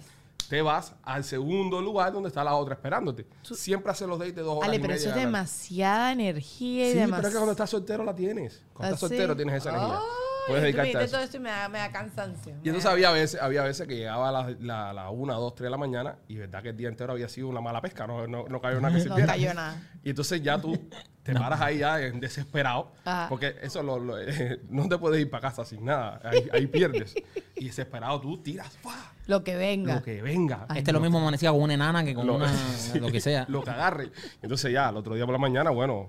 S3: Te vas al segundo lugar donde está la otra esperándote. Siempre haces los dates de dos horas
S1: Ale,
S3: y
S1: pero
S3: media
S1: eso es
S3: de la-
S1: demasiada energía y
S3: Sí,
S1: demasiado.
S3: pero es que cuando estás soltero la tienes. Cuando
S1: Ah,
S3: estás soltero tienes esa energía. Puedes dedicarte a eso.
S1: todo esto y me da, me da cansancio.
S3: Y
S1: Me
S3: entonces
S1: da-
S3: había veces, había veces que llegaba a las la, la 1, 2, 3 de la mañana y verdad que el día entero había sido una mala pesca, no, no, no cayó nada que se
S1: No
S3: viera.
S1: cayó nada.
S3: Y entonces ya tú te paras ahí ya en desesperado,
S1: Ajá.
S3: porque eso lo- lo- eh, *laughs* no te puedes ir para casa sin nada, ahí, ahí pierdes. Y desesperado tú tiras, ¡fua!
S1: Lo que venga.
S3: lo que venga,
S2: Este es lo mismo amanecía con una enana que con
S3: Lo-
S2: una.
S3: *laughs* sí.
S2: Lo que sea.
S3: lo que agarre. Entonces ya, el otro día por la mañana, bueno,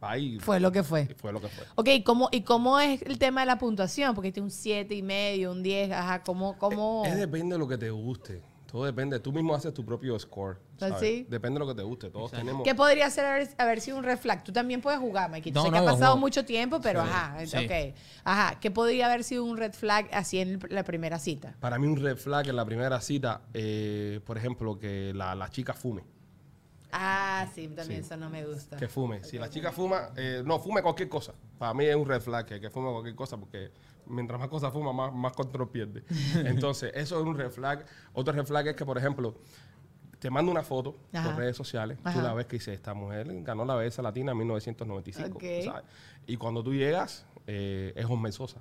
S3: ahí
S1: Fue lo que fue.
S3: fue lo que fue.
S1: Ok, ¿y cómo, ¿y cómo es el tema de la puntuación? Porque este es un 7 y medio, un 10, ajá, ¿cómo? cómo...
S3: Es depende de lo que te guste. Todo depende. Tú mismo haces tu propio score. ¿sabes?
S1: Así.
S3: Depende de lo que te guste. Todos
S2: Exacto.
S3: tenemos.
S1: Pues ¿Qué podría ser haber, haber sido un red flag? Tú también puedes jugar, Maikito.
S2: No,
S1: sé
S2: no,
S1: que
S2: yo
S1: ha pasado
S2: juego.
S1: mucho tiempo, pero
S2: Sí,
S1: ajá,
S2: sí.
S1: ok. Ajá, ¿qué podría haber sido un red flag así en la primera cita?
S3: Para mí un red flag en la primera cita, eh, por ejemplo, que la, la chica fume.
S1: Ah, sí, también
S3: Sí.
S1: eso no me gusta.
S3: Que fume. Si la chica fuma, eh, no, fume cualquier cosa. Para mí es un red flag que, que fume cualquier cosa porque mientras más cosas fuma, más, más control
S1: *laughs*
S3: pierde. Entonces, eso es un red flag. Otro red flag es que, por ejemplo, te mando una foto
S1: Ajá.
S3: por redes sociales,
S1: Ajá.
S3: tú la ves que dice, esta mujer ganó la belleza latina en 1995.
S1: Ok.
S3: ¿sabes? Y cuando tú llegas, eh, es
S1: *laughs*
S3: Osmer Sosa.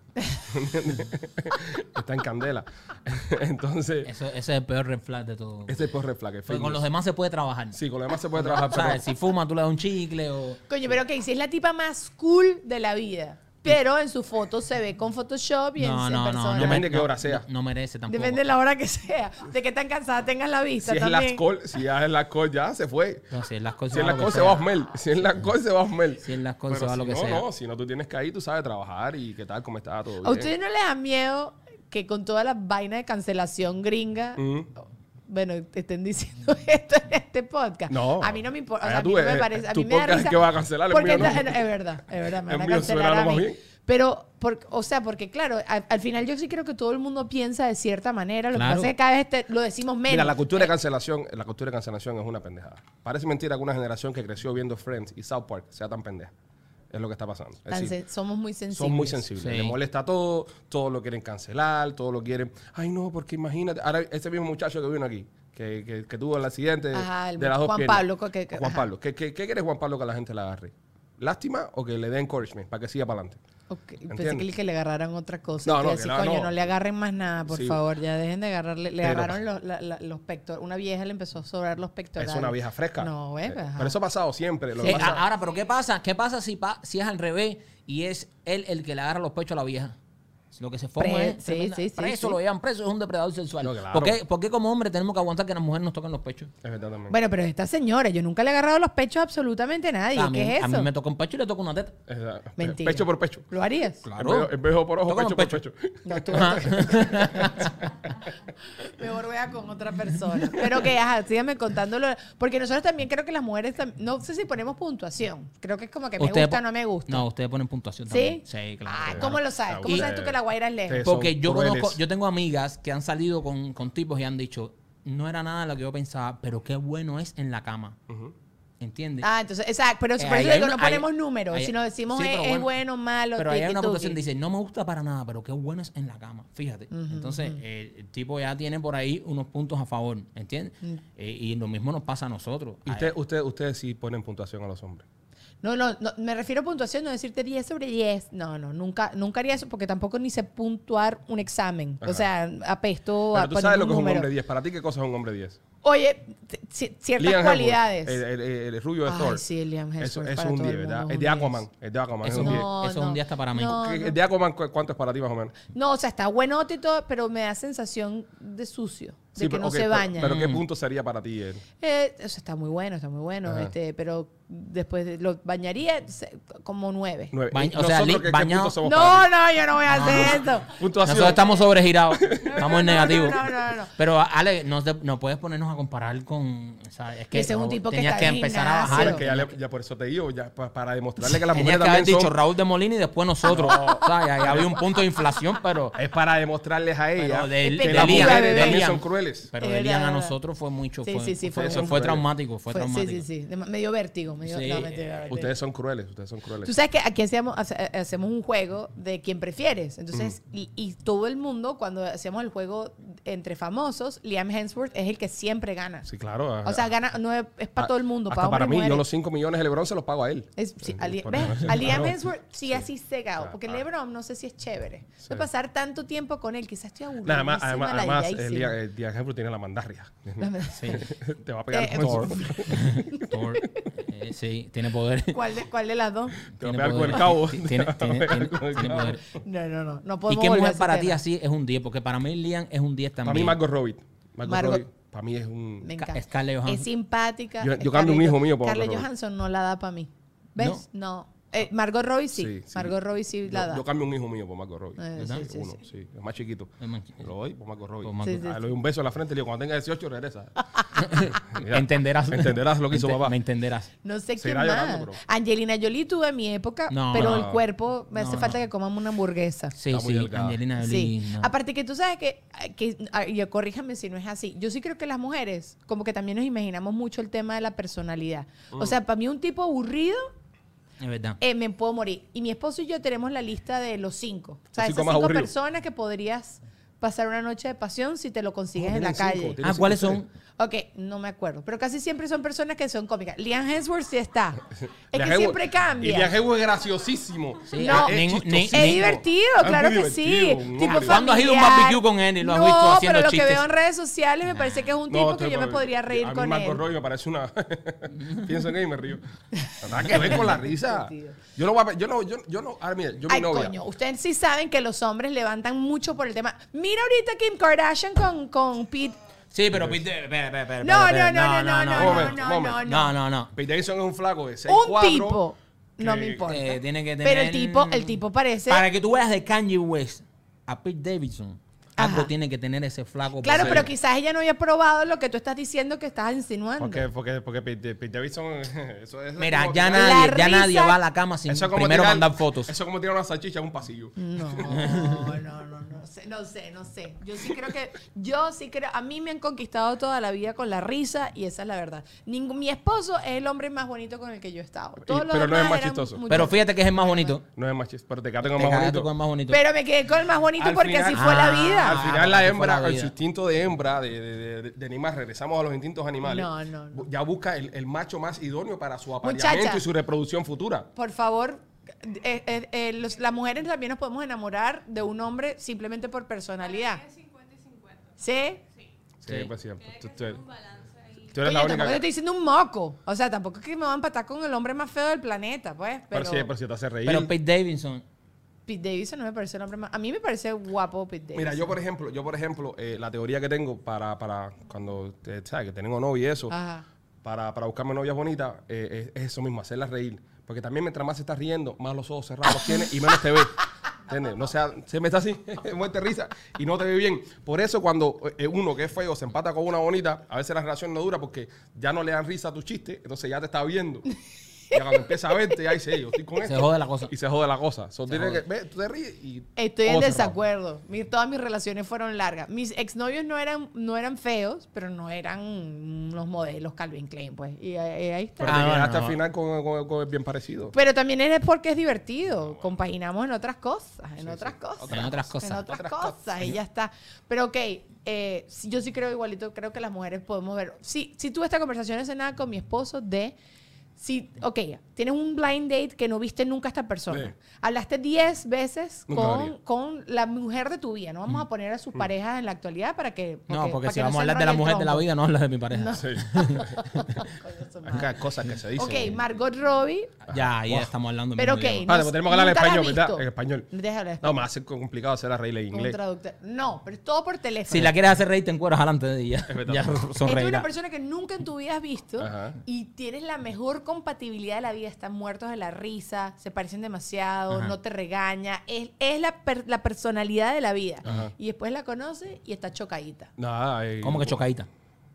S3: *laughs* Está en candela. *laughs* Entonces,
S2: Eso, ese es el peor red flag de todo.
S3: ese Este es por red flag. es
S2: Porque
S3: fake
S2: con los
S3: news.
S2: demás se puede trabajar.
S3: Sí, con los demás se puede
S2: *laughs*
S3: trabajar,
S2: O sea,
S3: pero
S2: si fuma, tú le das un chicle o...
S1: Coño, pero ok, si es la tipa más cool de la vida, pero en su foto se ve con Photoshop y en-
S2: No,
S1: en,
S2: no, no, no.
S1: persona.
S2: me-
S3: Depende de qué
S2: no-
S3: hora sea.
S2: No, no merece tampoco.
S1: Depende de la hora que sea, de qué tan cansada tengas la vista
S3: si es
S1: también.
S3: las call, si ya es las call, ya se fue.
S2: No, si es las cosas...
S3: Si en
S2: va lo
S3: las
S2: que
S3: cosas
S2: sea.
S3: va a Osmel. Si en las cosas va a Osmel.
S2: Si en las cosas
S3: Pero
S2: va
S3: si
S2: lo que
S3: no,
S2: sea.
S3: No, si no, tú tienes que ir, tú sabes trabajar y qué tal, cómo está todo.
S1: ¿A
S3: Bien.
S1: ustedes no les da miedo que con toda la vaina de cancelación gringa,
S3: Mm.
S1: bueno, te estén diciendo *laughs* esto en este podcast?
S3: No.
S1: A mí no me importa. o sea,
S3: Allá
S1: a mí
S3: tú,
S1: no me
S3: eh,
S1: parece. A
S3: tu
S1: mí me da
S3: podcast es
S1: risa
S3: que va a cancelar, el
S1: porque
S3: mío no.
S1: esta- *laughs* es verdad, es verdad, me
S3: El
S1: van a
S3: mío
S1: cancelar
S3: suena
S1: a
S3: lo más
S1: mí.
S3: bien.
S1: Pero, por- o sea, porque claro, al, al final yo sí creo que todo el mundo piensa de cierta manera. Lo
S2: Claro.
S1: que pasa es que cada vez te- lo decimos menos.
S3: Mira, la cultura
S1: eh,
S3: de cancelación, la cultura de cancelación es una pendejada. Parece mentira que una generación que creció viendo Friends y South Park sea tan pendeja. Es lo que está pasando. Es
S1: Tan
S3: decir,
S1: sen- somos muy sensibles.
S3: Son muy sensibles.
S2: Sí.
S3: Le molesta todo, todo lo quieren cancelar, todo lo quieren. Ay, no, porque imagínate. Ahora, ese mismo muchacho que vino aquí, que, que- que tuvo el accidente de-
S1: Ajá, el
S3: de las dos
S1: Juan
S3: piernas.
S1: Pablo, que- que-
S3: Juan
S1: ajá.
S3: Pablo. ¿Qué, qué, qué quiere Juan Pablo que la gente la agarre? ¿Lástima o que le dé encouragement para que siga para adelante?
S1: Ok, Pensé que,
S3: ¿Entiendes?
S1: que le agarraran otra cosa.
S3: No,
S1: No,
S3: no,
S1: no,
S3: que la-
S1: coño, no.
S3: no.
S1: le agarren más nada, por
S3: Sí.
S1: favor. Ya dejen de agarrarle. Le
S3: Pero-
S1: agarraron los, la- la- los pectorales. Una vieja le empezó a sobrar los pectorales.
S3: Es una vieja fresca.
S1: No, eh,
S3: Eh,
S1: ajá. ah.
S3: Pero eso ha pasado siempre. Lo que
S2: Eh,
S3: pasa-
S2: a- ahora, pero ¿qué pasa? ¿Qué pasa si, pa- si es al revés y es él el que le agarra los pechos a la vieja? Lo que se forma
S1: Pre-
S2: es
S1: sí,
S2: tremenda-
S1: sí, sí,
S2: preso,
S1: sí.
S2: lo llevan preso, es un depredador sexual.
S3: No, claro.
S2: ¿Por, qué, por qué como hombre tenemos que aguantar que las mujeres nos toquen los pechos?
S3: es verdad también.
S1: Bueno, pero esta señora, yo nunca le he agarrado los pechos a absolutamente nadie.
S2: a, mí,
S1: ¿Qué es
S2: a
S1: eso?
S2: mí me toca un pecho y le toca una teta.
S3: Es verdad.
S1: Mentira.
S3: Pecho por pecho.
S1: ¿Lo harías?
S2: Claro.
S3: Espejo- Espejo por ojo,
S2: Tócame
S3: pecho
S2: un
S3: por
S2: pecho.
S3: pecho.
S1: No, tú.
S2: Ajá.
S1: *laughs* Mejor vea con otra persona. Pero que, ajá, síganme contándolo. Porque nosotros también creo que las mujeres, tam- no sé si ponemos puntuación. Creo que es como que me
S2: Ustedes
S1: gusta o
S2: pon-
S1: no me gusta.
S2: No, ustedes ponen puntuación
S1: ¿Sí?
S2: también. Sí, claro.
S1: Ah,
S2: claro.
S1: ¿cómo lo sabes? ¿Cómo
S2: Y-
S1: sabes tú que la guaira es lejos?
S3: Sí.
S2: Porque
S3: son
S2: yo
S3: crueles.
S2: conozco, yo tengo amigas que han salido con, con tipos y han dicho, no era nada lo que yo pensaba, pero qué bueno es en la cama. ¿Entiendes?
S1: Ah, entonces, exacto. Pero
S2: Eh,
S1: por
S2: ahí
S1: eso digo,
S2: hay una-
S1: no ponemos
S2: ahí-
S1: números,
S2: ahí-
S1: sino decimos
S2: sí,
S1: es,
S2: pero
S1: es
S2: bueno.
S1: bueno, malo,
S2: Pero hay
S1: tiki,
S2: una
S1: tuki.
S2: puntuación que dice, no me gusta para nada, pero qué bueno es en la cama. Fíjate. Entonces, eh, el tipo ya tiene por ahí unos puntos a favor, ¿entiendes?
S1: Mm.
S2: Eh, y lo mismo nos pasa a nosotros.
S3: Y
S2: A-
S3: usted, usted, ustedes sí ponen puntuación a los hombres.
S1: No, no, no, me refiero a puntuación, no decirte 10 sobre 10. No, no, nunca, nunca haría eso porque tampoco ni sé puntuar un examen. O
S3: Ajá.
S1: sea, apesto a
S3: Pero tú
S1: poner
S3: sabes
S1: un
S3: lo que es un
S1: número.
S3: hombre 10. Para ti, ¿qué cosa es un hombre 10?
S1: Oye, t- ci- ciertas
S3: Liam Hemsworth,
S1: cualidades.
S3: El, el- el- el rubio de
S1: Ay,
S3: Thor.
S1: sí, Liam
S3: Eso,
S1: Hemsworth
S3: eso
S1: para
S3: es un
S1: todo el
S3: 10, ¿verdad?
S1: mundo es
S3: Es
S1: un
S3: de
S1: 10.
S3: Aquaman. Es de Aquaman. Es
S2: Eso
S3: un
S2: es un
S3: 10.
S1: No,
S2: eso es un
S1: no.
S2: día hasta para mí.
S1: No,
S3: ¿Qué-
S1: no.
S3: el de Aquaman, cu- ¿cuánto es para ti más o menos?
S1: No, o sea, está buenote y todo, pero me da sensación de sucio, de que
S3: pero-
S1: no
S3: ok,
S1: se
S3: pero-
S1: baña.
S3: Pero, ¿qué
S2: Mm.
S3: punto sería para ti? él?
S1: Eh, eso está muy bueno, está muy bueno.
S3: Ajá.
S1: Este, pero después de- lo bañaría se- como nueve.
S3: Nueve.
S2: Bañ-
S3: ¿Y
S2: o sea,
S3: nosotros
S2: li-
S3: qué- qué
S2: bañado-
S3: puntos somos para
S1: No,
S3: ti?
S1: no, yo no voy a hacer eso.
S3: Puntuación.
S2: Nosotros estamos sobregirados, estamos
S1: *laughs*
S2: en
S1: no, no,
S2: negativo.
S1: no, no, no.
S2: Pero Ale, no, te- no puedes ponernos a comparar con... o sea, es que
S1: Ese es un tipo que
S2: tenías
S1: está
S2: que
S1: en
S2: empezar
S1: gimnasio.
S2: a
S3: Ah,
S2: bajar.
S3: es que ya, le- ya por eso te digo, ya pa- para demostrarle que las
S2: Tenías
S3: mujeres
S2: que haber
S3: también
S2: dicho
S3: son...
S2: Raúl de Molina y después
S1: *laughs*
S2: nosotros. O sea, ya, ya había un punto de inflación, pero...
S3: Es para demostrarles a ella
S2: Pero de,
S1: Es
S2: de
S3: las
S2: Lian,
S1: mujeres
S2: de
S3: también
S2: Lian.
S3: son crueles.
S2: Pero
S1: Es
S2: de
S1: verdad,
S2: Lian a
S1: verdad.
S2: nosotros fue mucho.
S1: Sí,
S2: fue,
S1: sí, sí,
S2: fue,
S1: fue
S2: fue
S1: muy-
S2: traumático. Fue,
S1: Fue- sí, sí,
S2: traumático.
S1: sí. de- Me dio vértigo. Me dio,
S2: Sí,
S1: no, mentira, mentira.
S3: Ustedes son crueles, ustedes son
S1: Tú
S3: crueles.
S1: sabes que aquí hacíamos, hace- hacemos un juego de quién prefieres. Entonces,
S3: Mm.
S1: y, y todo el mundo, cuando hacemos el juego entre famosos, Liam Hemsworth es el que siempre gana.
S3: Sí, claro.
S1: O sea, gana, no es, es para
S3: Ah,
S1: todo el mundo,
S3: hasta
S1: para hombres
S3: para
S1: y
S3: mí, yo
S1: mujeres.
S3: los 5 millones de Lebron se los pago a él.
S1: Es- sí, a Li-
S3: Por
S1: ¿ves?
S3: ejemplo,
S1: A Liam
S3: claro.
S1: Hemsworth sí, así cegado,
S3: Ah,
S1: porque
S3: ah.
S1: LeBron no sé si es chévere.
S3: Sí.
S1: De pasar tanto tiempo con él, quizás estoy aburrido.
S3: Nada más, además, además eh,
S1: *laughs*
S3: el día, el día ejemplo tiene la mandarria. *laughs* Te va a pegar
S1: Eh,
S3: con el-
S2: Thor, eh, sí, tiene poder.
S1: ¿Cuál de, ¿Cuál de las dos?
S3: Te va a
S2: Tiene
S3: pegar con el
S2: poder.
S3: cabo.
S2: Ti-
S3: *laughs*
S2: Tiene, tiene- tiene- tiene poder.
S1: No, no, no. No
S2: ¿Y
S1: podemos volver
S2: qué
S1: a
S2: mujer
S1: ese
S2: para ti
S1: tema.
S2: así es un 10? Porque para mí Lian es un 10
S3: Para mí,
S2: también.
S3: Margot Robbie. Margot,
S1: Margot.
S3: Robbie, para mí es un.
S1: Me
S2: Ca-
S1: encanta.
S2: Scarlett Johansson.
S1: Es simpática.
S3: Yo-
S1: es
S3: yo cambio un
S1: Carly-
S3: hijo mío por
S1: Carly
S3: otro.
S1: Johansson no la da para mí. ¿Ves? No. Eh, Margot Robbie sí.
S3: Sí, sí.
S1: Margot Robbie sí la
S3: Yo,
S1: da.
S3: yo cambio un hijo mío por Marco Robbie.
S1: Eh,
S3: ¿Verdad?
S1: sí, sí,
S3: Uno, sí. Es más chiquito.
S2: Es más chiquito.
S3: Lo doy por Marco Robbie.
S2: Por Margot
S1: Sí, sí,
S3: Ah,
S1: sí.
S3: Le doy un beso en la frente y le digo, cuando tenga
S2: *laughs*
S3: 18 regresa. Ya.
S2: Entenderás.
S3: Entenderás lo que hizo
S2: Ente-
S3: papá.
S2: Me entenderás.
S1: No sé quién
S3: Seguirá
S1: más.
S3: llorando, pero-
S1: Angelina Jolie tuve en mi época,
S2: No,
S1: pero
S3: no.
S1: el cuerpo me
S2: No,
S1: hace
S2: no.
S1: falta que coman una hamburguesa.
S2: Sí,
S3: Está muy
S2: sí,
S3: delgada.
S2: Angelina Jolie.
S1: Sí.
S2: no.
S1: Aparte que tú sabes que, que ah, yo corríjame si no es así. Yo sí creo que las mujeres, como que también nos imaginamos mucho el tema de la personalidad. O sea, para mí un tipo aburrido
S2: Es verdad.
S1: eh, me puedo morir. Y mi esposo y yo tenemos la lista de los cinco. O sea,
S3: Los cinco
S1: esas
S3: más
S1: cinco
S3: aburridos.
S1: personas que podrías pasar una noche de pasión si te lo consigues
S3: No,
S1: en la
S3: tienen
S1: calle.
S3: cinco, tienen
S2: Ah, ¿cuáles
S3: cinco
S2: son?
S3: ustedes.
S1: Ok, no me acuerdo. Pero casi siempre son personas que son cómicas. Liam Hemsworth sí
S3: *laughs*
S1: está. Es
S3: Liam
S1: que
S3: Hemsworth-
S1: siempre
S3: Y Liam
S1: cambia.
S3: Hemsworth es graciosísimo.
S2: Sí,
S1: No.
S2: ah, ningún- ni-
S3: chistosísimo.
S1: Es
S2: ni-
S1: divertido,
S3: Es muy
S1: claro que sí.
S3: divertido, un
S1: Tipo
S3: hombre.
S2: ¿Cuándo has ido a un
S1: familiar.
S2: barbecue con él y lo has
S1: no,
S2: visto haciendo
S1: pero lo que
S2: chistes?
S1: veo en redes sociales me parece que es un tipo
S3: estoy
S1: que yo me
S3: pa-
S1: podría reír
S3: a mí
S1: con
S3: Marco
S1: él.
S3: Robbie me parece una. *laughs* Pienso en él y me *laughs* río. Nada Ah, que ver con la risa.
S1: Tío.
S3: Yo no voy a. Yo no. Yo, yo no. Ahora, mira, yo mi
S1: Ay,
S3: novia.
S1: coño, ustedes sí saben que los hombres levantan mucho por el tema. Mira ahorita Kim Kardashian con, con Pete.
S2: Sí, pero Pete. espera, espera, espera,
S1: No,
S2: espera,
S1: no,
S2: espera.
S1: no, no, no, no, no,
S3: Momento,
S1: no, no,
S3: momento.
S1: no.
S2: No, no, no.
S3: Pete Davidson es un flaco de 6'4.
S1: Un tipo. No
S3: que-
S1: me importa.
S2: Eh, tiene que
S1: Pero el
S2: tener-
S1: tipo, el tipo parece.
S2: Para que tú veas de Kanye West a Pete Davidson,
S1: Ajá.
S2: algo tiene que tener ese flaco.
S1: Claro,
S2: para
S1: pero
S2: ser-
S1: quizás ella no había probado lo que tú estás diciendo que estás insinuando.
S3: Porque, Eh, porque, porque Pete, Pete Davidson. Eso, es *laughs*
S2: Mira,
S3: como
S2: ya
S3: tirar-
S1: La
S2: nadie, ya
S1: risa-
S2: nadie va a la cama sin
S3: eso es como
S2: primero
S3: tirar-
S2: mandar fotos.
S3: Eso es como tirar una salchicha en un pasillo.
S1: No, no, no, no sé, no sé, no sé. Yo sí creo que, yo sí creo, a mí me han conquistado toda la vida con la risa y esa es la verdad. Ningún- mi esposo es el hombre más bonito con el que yo he estado. Todos
S3: Y-
S1: los
S3: pero no es
S1: demás
S3: más
S1: eran
S3: chistoso.
S1: mucho-
S2: Pero fíjate que es el más bonito.
S3: No es machista. Pero te quedaste con
S2: Te
S3: más
S2: cagaste
S3: bonito.
S2: con el más bonito.
S1: Pero me quedé con el más bonito
S3: Al
S1: porque
S3: final-
S1: así fue la
S2: Ah,
S1: vida.
S3: Al final
S2: porque
S3: la
S2: fue
S3: hembra,
S2: la
S3: el
S2: vida.
S3: su instinto de hembra, de, de- de- de animal, regresamos a los instintos animales.
S1: No, no, no.
S3: Bu- Ya busca el, el macho más idóneo para su
S1: Muchacha.
S3: apareamiento y su reproducción futura.
S1: Por favor, eh, eh, eh, los- las mujeres también nos podemos enamorar de un hombre simplemente por personalidad.
S4: Es 50 y 50.
S1: ¿Sí.
S3: Sí,
S2: Sí.
S3: pues siempre. Tú, tú eres,
S4: Un balance ahí.
S3: tú eres
S1: Coño,
S3: la
S1: tampoco
S3: única.
S1: te
S3: que-
S1: estoy diciendo un moco. O sea, tampoco es que me van a empatar con el hombre más feo del planeta, pues. Pero,
S3: Pero, sí, pero sí te hace reír.
S2: Pero Pete Davidson.
S1: Pete Davidson no me parece el hombre más. A mí me parece guapo Pete Davidson.
S3: Mira, yo por ejemplo, yo por ejemplo, eh, la teoría que tengo para, para cuando te- sabes que tengo novia y eso,
S1: Ajá.
S3: para, para buscarme novias bonitas, eh, es, es eso mismo, hacerlas reír. Porque también mientras más se está riendo, más los ojos cerrados tiene y menos te ve. ¿Entiendes? No sea, se me está así, *laughs* muerte de risa, y no te ve bien. Por eso cuando eh, uno que es feo se empata con una bonita, a veces la relación no dura porque ya no le dan risa a tu chiste, entonces ya te está viendo. Ya cuando empieza a verte, ya dice, "Ey, yo estoy con
S2: Se
S3: esto".
S2: jode la cosa.
S3: Y se jode la cosa. So, tiene que, ve, tú te ríes y...
S1: Estoy en
S3: ojos cerrados.
S1: desacuerdo. Mi- todas mis relaciones fueron largas. Mis exnovios no eran, no eran feos, pero no eran los modelos Calvin Klein, pues. Y eh, ahí está.
S3: Pero
S2: Ah,
S3: te
S2: bueno,
S3: quedaste
S2: no.
S3: al final con, con- con el bien parecido.
S1: Pero también es porque es divertido. Compaginamos en otras cosas, en otras cosas.
S2: En otras cosas.
S1: En otras cosas, y ya está. Pero ok, eh, si- yo sí creo igualito, creo que las mujeres podemos ver. Sí, sí tuve esta conversación hace nada con mi esposo de, si, ok, tienes un blind date que no viste nunca a esta persona. Hablaste 10 veces
S3: Nunca
S1: con,
S3: hablaría.
S1: con la mujer de tu vida. No vamos a poner a sus parejas en la actualidad para que...
S2: No, porque
S1: para
S2: si
S1: que
S2: vamos a
S1: se
S2: hablar de
S1: enrolle
S2: la
S1: el
S2: mujer de la
S1: trompo.
S2: vida, no hablas de mi pareja.
S3: Sí.
S1: Coño, su madre.
S3: Acá hay cosas que se dicen.
S1: Ok, Margot Robbie,
S2: Ya, ya estamos hablando.
S1: pero
S2: mismo
S1: ok.
S2: idioma.
S3: Vale, pues tenemos que hablar en
S1: nunca la has
S3: español, ¿verdad?
S1: visto.
S3: En español.
S1: Déjalo en
S3: No, me hace complicado hacer la regla en
S1: con un
S3: inglés.
S1: traductor. No, pero es todo por teléfono.
S2: Si la quieres hacer reír, te encueras adelante de ella.
S3: verdad.
S2: Ya
S1: Esta es una
S2: sonreirá.
S1: persona que nunca en tu vida has visto
S3: Ajá.
S1: y tienes la mejor compatibilidad de la vida. Están muertos de la risa, se parecen demasiado,
S2: Ajá.
S1: no te regaña. Es, es la, per- la personalidad de la vida.
S3: Ajá.
S1: Y después la conoces y está chocadita.
S3: Nada, eh,
S2: ¿Cómo que chocadita?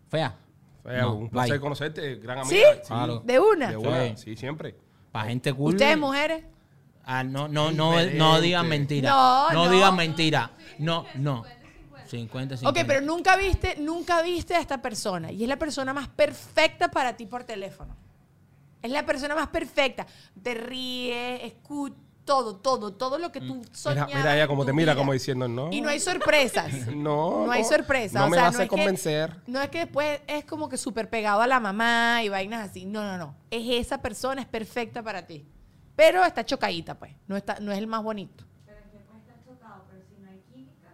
S2: Fea.
S3: eh,
S2: No,
S3: un placer
S2: bye.
S3: conocerte, gran amiga. Ah,
S1: ¿Sí?
S2: Claro.
S1: ¿De una?
S3: De una,
S2: Sí.
S3: sí, siempre.
S2: Para gente cool.
S1: ¿Ustedes, mujeres?
S2: Ah, no, no, no, no digan mentira.
S1: No, no.
S2: digan mentira. No, no. 50, 50.
S1: Ok, pero nunca viste, nunca viste a esta persona y es la persona más perfecta para ti por teléfono. Es la persona más perfecta. Te ríes, escucha todo, todo, todo lo que tú
S3: Mira,
S1: soñabas.
S3: mira ella
S1: en
S3: como
S1: tu
S3: te mira,
S1: vida.
S3: como diciendo no. eh,
S1: Y no hay sorpresas.
S3: *laughs* No,
S1: No hay
S3: no,
S1: sorpresa.
S3: no
S1: o
S3: me
S1: sea,
S3: vas
S1: no
S3: a
S1: es que-
S3: convencer.
S1: no es que después es como que súper pegado a la mamá y vainas así. No, no, no. Es esa persona, es perfecta para ti. Pero está chocadita, pues. No, está, no es el más bonito.
S5: Pero es que puede estar chocado, pero si no hay química,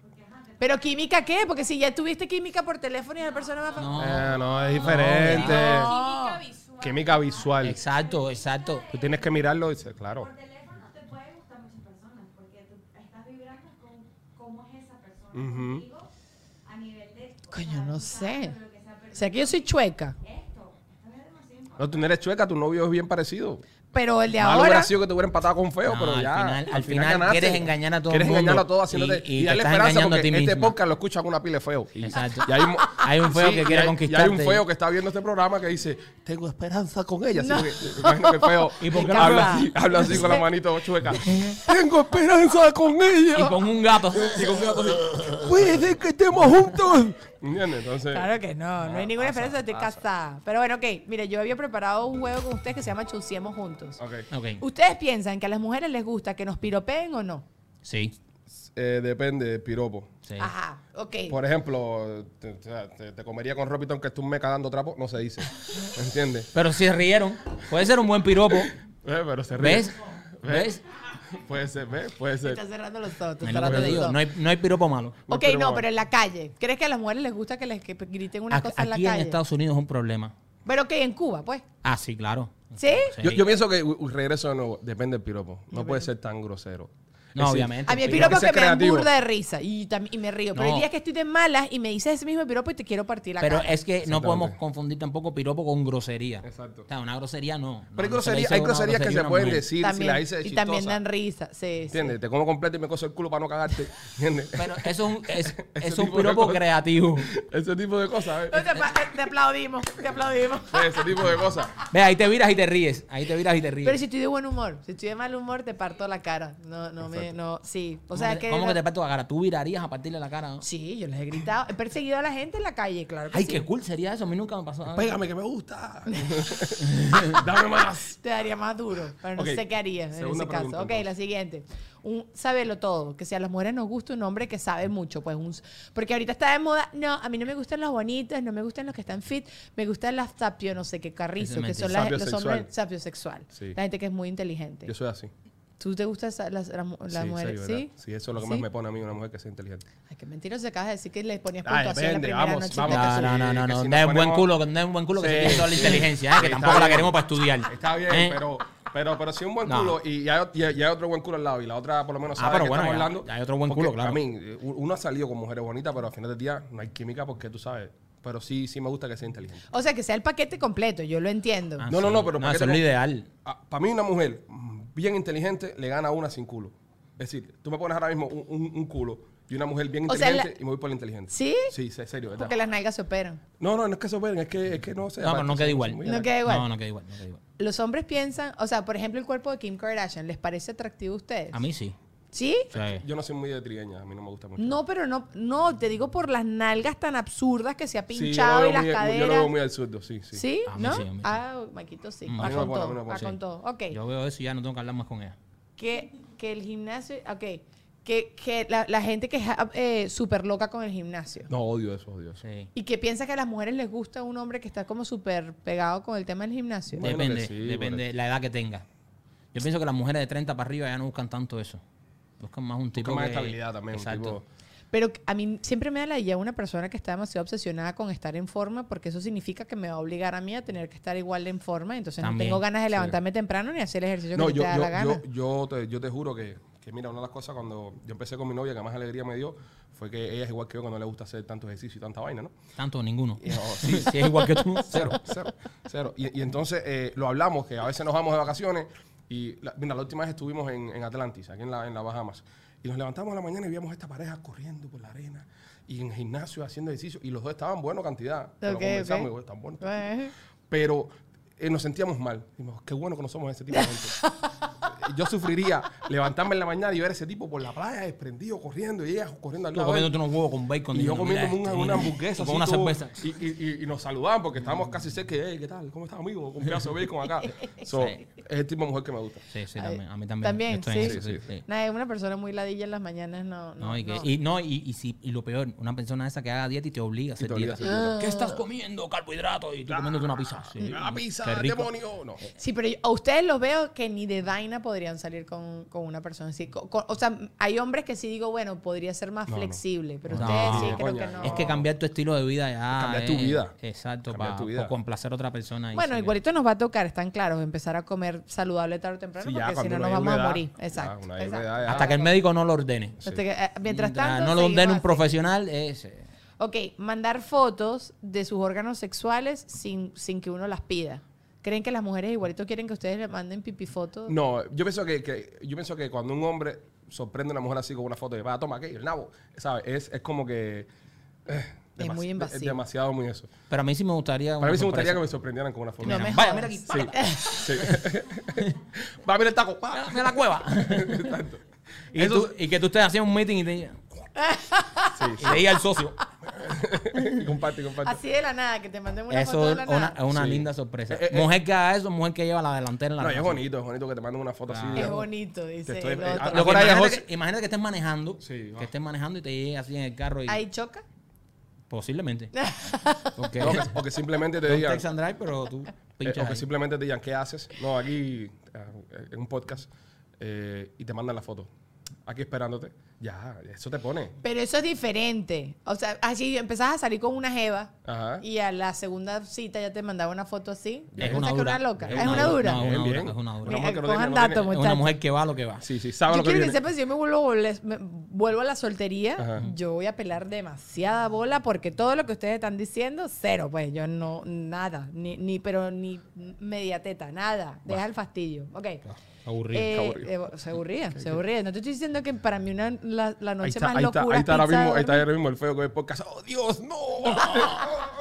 S5: porque ajá, te
S1: Pero química, ¿qué? Porque si ya tuviste química por teléfono y es la persona más...
S2: No.
S3: Eh, no, es diferente.
S1: No.
S4: Química visual.
S3: Química visual.
S2: Exacto, exacto.
S3: Tú tienes que mirarlo y dices, claro.
S5: por teléfono te puede gustar muchas personas, porque tú estás vibrando con cómo es esa persona
S3: Ujú.
S5: contigo a nivel de... o
S1: Coño,
S5: sea,
S1: no
S5: tú
S1: sé.
S5: sabes lo que esa
S1: O
S5: persona-
S1: sea, que yo soy chueca.
S5: Esto, esto es demasiado importante.
S3: No, tú no eres chueca, tu novio es bien parecido.
S1: Pero el de
S3: Malo
S1: ahora.
S3: hubiera sido que te hubiera empatado con feo,
S2: No,
S3: pero
S2: al
S3: ya.
S2: final- al final
S3: ganaste.
S2: quieres engañar a todo
S3: Quieres
S2: el mundo
S3: engañar a todos
S2: y-
S3: haciéndote.
S2: y
S3: Y,
S2: te
S3: darle
S2: estás
S3: esperanza
S2: engañando a
S3: porque
S2: ti
S3: este
S2: mismo.
S3: podcast lo escucha con una pile feo. Y-
S2: Exacto.
S3: Y hay, mo-
S2: *laughs* Hay un feo que
S3: y
S2: quiere
S3: hay-
S2: conquistarte.
S3: Y hay un feo que está viendo este programa que dice: Tengo esperanza con ella. Así
S1: No.
S3: que, me imagino que el feo
S2: *laughs* ¿Y por qué no
S3: habla
S1: va?
S3: así, habla así con la
S2: *laughs*
S3: manito chueca. Tengo esperanza con
S2: Y
S3: ella.
S2: con un gato.
S3: Puede que estemos juntos. ¿Entiendes? Entonces.
S1: Claro que no, no hay ninguna
S3: pasa,
S1: diferencia, estoy
S3: pasa.
S1: casada. Pero bueno, ok, mire, yo había preparado un juego con ustedes que se llama Chuciemos Juntos.
S3: Ok.
S2: Ok.
S1: ¿Ustedes piensan que a las mujeres les gusta que nos piropeen o no?
S2: Sí.
S3: Eh, depende del piropo.
S2: sí.
S1: Ajá, ok.
S3: Por ejemplo, te, te- te comería con Robinson que es un meca dando trapo, no se dice. ¿Entiendes?
S2: Pero si rieron. Puede ser un buen piropo.
S3: *laughs* Eh, pero se ríe.
S2: ¿Ves? ¿Ves?
S3: Puede ser, ¿ves? Puede ser.
S1: Está cerrando los ojos. está
S2: Es lo que
S1: cerrando
S2: te
S1: los
S2: digo,
S1: ojos.
S2: No hay, no hay piropo malo.
S3: no
S1: ok,
S3: quiero
S1: no,
S3: más.
S1: pero en la calle. ¿Crees que a las mujeres les gusta que les que griten una
S2: Ac-
S1: cosa en la
S2: Aquí en
S1: calle?
S2: Estados Unidos es un problema.
S1: Pero ok, en Cuba, pues.
S2: Ah, sí, claro.
S1: ¿Sí?
S2: Sí.
S3: Yo, yo pienso que u- u- regreso de nuevo, depende del piropo. No puede ser tan grosero.
S2: No,
S3: Es decir,
S2: obviamente.
S1: A mí el
S3: piropo
S1: piropo
S3: hay
S1: que
S3: que ser
S1: me dan
S3: creativo.
S1: burda de risa y, tam- y me río. Pero
S2: No.
S1: el día que estoy de malas y me dices ese mismo piropo y te quiero partir la
S2: Pero
S1: cara.
S2: es que no
S3: Exactamente.
S2: podemos confundir tampoco piropo con grosería.
S3: Exacto.
S2: O sea, una grosería no.
S3: Pero hay,
S2: No, no se le
S3: grosería-
S2: dice
S3: hay
S2: una
S3: groserías que
S2: grosería a
S3: se
S2: una
S3: pueden
S2: mujer.
S3: decir si
S1: También-
S3: la dices
S1: y
S3: chistosa.
S1: también dan risa. Sí, sí.
S3: ¿Entiendes? Te como completo y me coso el culo para no cagarte. ¿Entiendes?
S2: Pero es un, es, es
S3: *laughs* Ese
S2: un
S3: tipo de
S2: piropo
S3: cosas.
S2: creativo.
S3: *laughs* Ese tipo de cosas,
S1: No,
S3: ¿ves?
S1: te, apla- te aplaudimos, te aplaudimos.
S3: Ese tipo de cosas.
S2: Ve, ahí te viras y te ríes. Ahí te viras y te ríes.
S1: Pero si estoy de buen humor, si estoy de mal humor, te parto la cara. No, no me,
S3: Exacto.
S1: no, sí. O
S2: ¿Cómo
S1: sea
S2: que,
S1: que.
S2: ¿Cómo que te parto la cara? Tú virarías a partirle la cara. ¿no?
S1: Sí, yo les he gritado. He perseguido a la gente en la calle, claro. que
S2: Ay,
S1: sí.
S2: qué cool sería eso. A mí nunca me pasó.
S3: Pégame que me gusta. *laughs* Dame más.
S1: Te daría más duro, pero no
S3: Ok,
S1: sé qué harías en
S3: segunda
S1: ese caso.
S3: pregunta,
S1: ok,
S3: entonces.
S1: la siguiente. Un saberlo todo. Que si a las mujeres nos gusta un hombre que sabe mucho, pues un. Porque ahorita está de moda. No, a mí no me gustan los bonitos, no me gustan los que están fit, me gustan las sapio, no sé qué carrizo, que
S2: Precisamente.
S1: son las, los
S3: Sapiosexual.
S1: hombres sapiosexual.
S3: Sí.
S1: La gente que es muy inteligente.
S3: Yo soy así.
S1: ¿Tú te gustan esa- las, las, mu- las
S3: sí,
S1: mujeres?
S3: serio,
S1: ¿Sí?
S3: ¿verdad? Sí, eso es lo que
S1: ¿Sí?
S3: más me pone a mí una mujer que sea inteligente.
S1: Ay, qué mentiroso acabas de decir que le ponías
S3: Ay,
S1: puntuación la
S3: depende,
S1: primera
S3: vamos,
S1: noche.
S3: vamos.
S2: No,
S3: que
S2: no,
S3: sí,
S2: no, no,
S3: que
S2: no.
S3: si
S2: Da
S3: nos
S2: un buen
S3: ponemos-
S2: culo, da un buen culo que
S3: Sí,
S2: se tiene toda la
S3: sí.
S2: inteligencia, ¿eh?
S3: Sí,
S2: que
S3: está
S2: tampoco la
S3: bien.
S2: queremos para estudiar.
S3: Está bien,
S2: ¿eh?
S3: pero, pero, pero sí un buen
S2: No.
S3: culo y ya hay, y hay otro buen culo al lado y la otra por lo menos
S2: Ah,
S3: sabe
S2: pero
S3: que
S2: bueno,
S3: estamos
S2: ya-
S3: hablando.
S2: ya hay otro buen
S3: Porque,
S2: culo, claro.
S3: A mí, eh, uno ha salido con mujeres bonitas, pero al final del día no hay química porque tú sabes. Pero sí, sí me gusta que sea inteligente.
S1: O sea, que sea el paquete completo, yo lo entiendo.
S2: Ah,
S3: No, no,
S2: sí.
S3: no, pero ¿por
S2: eso
S3: qué
S2: es
S3: te
S2: lo
S3: con-
S2: ideal.
S3: para Ah, mí una mujer mm, bien inteligente le gana a una sin culo. Es decir, tú me pones ahora mismo un, un- un culo y una mujer bien
S1: O sea, la-
S3: inteligente y me voy por la inteligente.
S1: ¿Sí?
S3: Sí, se- serio, ¿verdad?
S1: Porque las nalgas se operan.
S3: No, no, no es que se operen, es que, es que no sé.
S2: No, pero no
S3: aparte,
S2: queda
S3: son-
S2: igual.
S3: son muy
S1: No
S3: adelante.
S1: queda igual.
S2: No, no queda igual. No queda igual.
S1: Los hombres piensan, o sea, por ejemplo, el cuerpo de Kim Kardashian, ¿les parece atractivo a ustedes?
S2: A mí sí.
S1: ¿Sí?
S2: Sí.
S3: Yo no soy muy de trigueña, a mí no me gusta mucho.
S1: No, pero no, no, te digo por las nalgas tan absurdas que se ha
S3: Sí, yo lo
S1: pinchado
S3: veo
S1: y las
S3: muy- Yo lo
S1: caderas.
S3: veo muy absurdo, sí, sí.
S1: ¿Sí?
S2: A mí
S1: ¿No?
S2: sí, a mí sí.
S1: Ah, Maquito sí.
S2: Mm.
S1: Va
S3: A mí no
S1: con
S3: me pone, a
S1: todo,
S3: mí no me
S1: va
S3: pone.
S1: Ah, con todo. Ok.
S2: Yo veo eso y ya no tengo que hablar más con ella.
S1: Que, que el gimnasio, ok. Que, que la, la gente que es eh, súper loca con el gimnasio.
S3: No, odio eso, odio eso.
S2: Sí.
S1: Y que piensa que a las mujeres les gusta un hombre que está como súper pegado con el tema del gimnasio.
S3: Bueno,
S2: depende,
S3: que sí,
S2: depende
S3: bueno.
S2: la edad que tenga. Yo pienso que las mujeres de 30 para arriba ya no buscan tanto eso. Buscan más un tipo
S3: Busca más
S2: que-
S3: estabilidad también.
S2: Exacto.
S3: tipo-
S1: Pero a mí siempre me da la idea una persona que está demasiado obsesionada con estar en forma, porque eso significa que me va a obligar a mí a tener que estar igual de en forma. Entonces
S2: También,
S1: no tengo ganas de
S3: sí.
S1: levantarme temprano ni hacer el ejercicio
S3: no,
S1: que
S3: yo,
S1: te da
S3: yo,
S1: la gana.
S3: yo, yo te, yo te juro que, que, mira, una de las cosas cuando yo empecé con mi novia que más alegría me dio fue que ella es igual que yo cuando le gusta hacer tanto ejercicio y tanta vaina, ¿no?
S2: Tanto ninguno.
S3: Y,
S2: *laughs*
S3: oh,
S1: *laughs*
S2: Sí, es igual que tú.
S3: *laughs* cero, cero, cero. Y, y entonces eh, lo hablamos, que a veces nos vamos de vacaciones. Y la, mira, la última vez estuvimos en, en Atlantis, aquí en la, en las Bahamas. Y nos levantamos a la mañana y vimos a esta pareja corriendo por la arena y en el gimnasio haciendo ejercicio. Y los dos estaban buenos cantidad. Pero
S1: Ok,
S3: conversamos
S1: ok.
S3: y, "Oh, están buenos".
S1: *laughs* Eh,
S3: pero eh, nos sentíamos mal. Dijimos, qué bueno que no somos ese tipo de gente.
S2: *laughs*
S3: Yo sufriría levantarme en la mañana y ver a ese tipo por la playa desprendido, corriendo, y ella corriendo al
S2: Tú
S3: lado. de él.
S2: comiéndote unos huevos con bacon.
S3: Y yo
S2: diciendo,
S3: comiendo
S2: "Mira
S3: una,
S2: este, mira".
S3: una hamburguesa.
S2: Y con
S3: así,
S2: una
S3: todo.
S2: cerveza.
S3: Y, y- y- y nos saludaban porque estábamos casi cerca. y, Hey, ¿qué tal? ¿Cómo estás, amigo? Con pedazo de bacon acá.
S2: *laughs*
S3: So,
S2: Sí.
S3: Es el tipo de mujer que me gusta.
S2: Sí, sí,
S1: Ay,
S2: también. A mí también.
S1: también,
S2: Yo estoy en
S1: sí.
S2: eso, sí, sí.
S1: nada, es una persona muy ladilla en las mañanas, no. no,
S2: No, y, que,
S1: no.
S2: Y, no y, y si- y lo peor, una persona esa que haga dieta y te obliga a hacer
S3: te obliga
S2: dieta.
S3: a hacer dieta.
S2: ¿Qué estás comiendo? Carbohidratos y tú comiéndote una pizza. Sí,
S3: La pizza,
S2: qué rico. Eh,
S3: demonio. No.
S1: Sí, pero yo- a ustedes los veo que ni de vaina podrían salir con, con una persona así. Co- con- o sea, hay hombres que sí digo, bueno, podría ser más
S3: No, no.
S1: flexible, pero
S2: No,
S1: ustedes sí
S2: no,
S1: creo
S3: coña,
S1: que no.
S2: Es que cambiar tu estilo de vida ya.
S3: Cambiar tu
S2: es-
S3: vida.
S2: Exacto,
S3: Cambiar
S2: para
S3: tu vida.
S2: complacer a otra persona. y
S1: Bueno,
S2: sí.
S1: igualito nos va a tocar, están claros, empezar a comer saludable tarde o temprano,
S3: Sí, ya,
S1: porque si
S3: cuando
S1: no
S3: uno
S1: nos
S3: llega a
S1: vamos a
S3: una edad,
S1: morir.
S3: ya,
S1: Exacto.
S3: una llega a una
S1: exacto.
S3: edad, ya.
S2: Hasta que el médico no lo ordene.
S1: Hasta que, eh, mientras tanto,
S2: no lo ordene
S1: seguimos
S2: un
S1: así.
S2: profesional. Es, eh,
S1: Ok, mandar fotos de sus órganos sexuales sin, sin que uno las pida. ¿Creen que las mujeres igualito quieren que ustedes le manden pipifotos?
S3: No, yo pienso que, que- yo pienso que cuando un hombre sorprende a una mujer así con una foto de, va, toma aquello, el nabo, ¿sabes? Es, es como que... eh,
S1: Es muy
S3: demasi-
S1: invasivo.
S3: Es demasiado muy eso.
S2: Pero a mí sí me gustaría.
S3: Para
S2: una
S3: mí sí me gustaría que me
S2: sorpresa.
S3: sorprendieran con una foto.
S1: No me
S2: Vaya, mira
S1: jodas.
S2: aquí,
S3: Sí. *laughs* va, mira el taco. pa.
S2: Mira la cueva.
S3: *laughs* Exacto.
S2: *laughs* Y,
S3: Eso-
S2: tú, y que tú estés haciendo un meeting y te diga-
S3: Sí,
S2: y le diga al socio.
S3: sí. comparte, comparte.
S1: *laughs* Así de la nada, que te manden *laughs* una foto
S2: Eso
S1: de
S2: es
S1: la
S2: una,
S1: nada.
S2: es una
S3: Sí.
S2: linda sorpresa.
S3: Eh, eh,
S2: mujer que haga eso, mujer que lleva la delantera en la
S3: No, y es
S2: relación.
S3: bonito, es bonito que te manden una foto
S2: Claro.
S3: así.
S1: Es
S3: ¿no?
S1: bonito, dice
S3: estoy-
S1: el otro.
S3: eh, ah,
S2: Lo que
S3: Ahora ya
S2: imagínate,
S3: José-
S2: que, imagínate que estés manejando,
S3: Sí, va.
S2: que estés manejando y te llegue así en el carro y
S1: Ahí choca. *laughs*
S2: posiblemente. Porque
S3: No, que- o que simplemente te
S2: es un
S3: digan...
S2: text and drive, pero tú
S3: Eh,
S2: pinchas
S3: o que
S2: ahí.
S3: simplemente te digan, ¿qué haces? No, aquí eh, en un podcast eh, y te mandan la foto. Aquí esperándote. Ya, eso te pone.
S1: Pero eso es diferente. O sea, así empezás a salir con una jeva
S3: Ajá.
S1: y a la segunda cita ya te mandaba una foto así.
S2: Es
S1: ¿Tú
S2: una
S1: sabes que
S2: dura.
S1: una loca.
S2: Es
S1: Es
S2: una
S1: una dura.
S2: dura. No, Ah, una
S3: bien,
S2: dura, es una dura.
S3: bien.
S1: Mira,
S3: mujer que no tiene-
S1: Eh, cojan
S3: no
S1: datos,
S3: tiene-
S2: Es una
S1: muchachos.
S2: mujer que va a lo que va.
S3: Sí, sí, sabe
S1: Yo
S3: lo que
S1: quiero
S3: viene.
S1: que sepas, si yo me vuelvo, les- me- vuelvo a la soltería,
S3: Ajá.
S1: yo voy a pelar demasiada bola porque todo lo que ustedes están diciendo, cero. Pues yo no, nada, ni, ni pero ni media teta, nada. Deja el fastidio. Ok.
S2: Aburrido.
S1: Eh,
S3: aburrido.
S1: eh, se aburría, se aburría. No te estoy diciendo que para mí una, la, la
S3: Ahí
S1: noche
S3: está,
S1: más
S3: ahí está,
S1: locura
S3: ahí está
S1: es
S3: ahora
S1: pizza
S3: mismo, ahí está
S1: dormir.
S3: ahora mismo el feo con el podcast. ¡Oh, Dios, no!
S2: *laughs*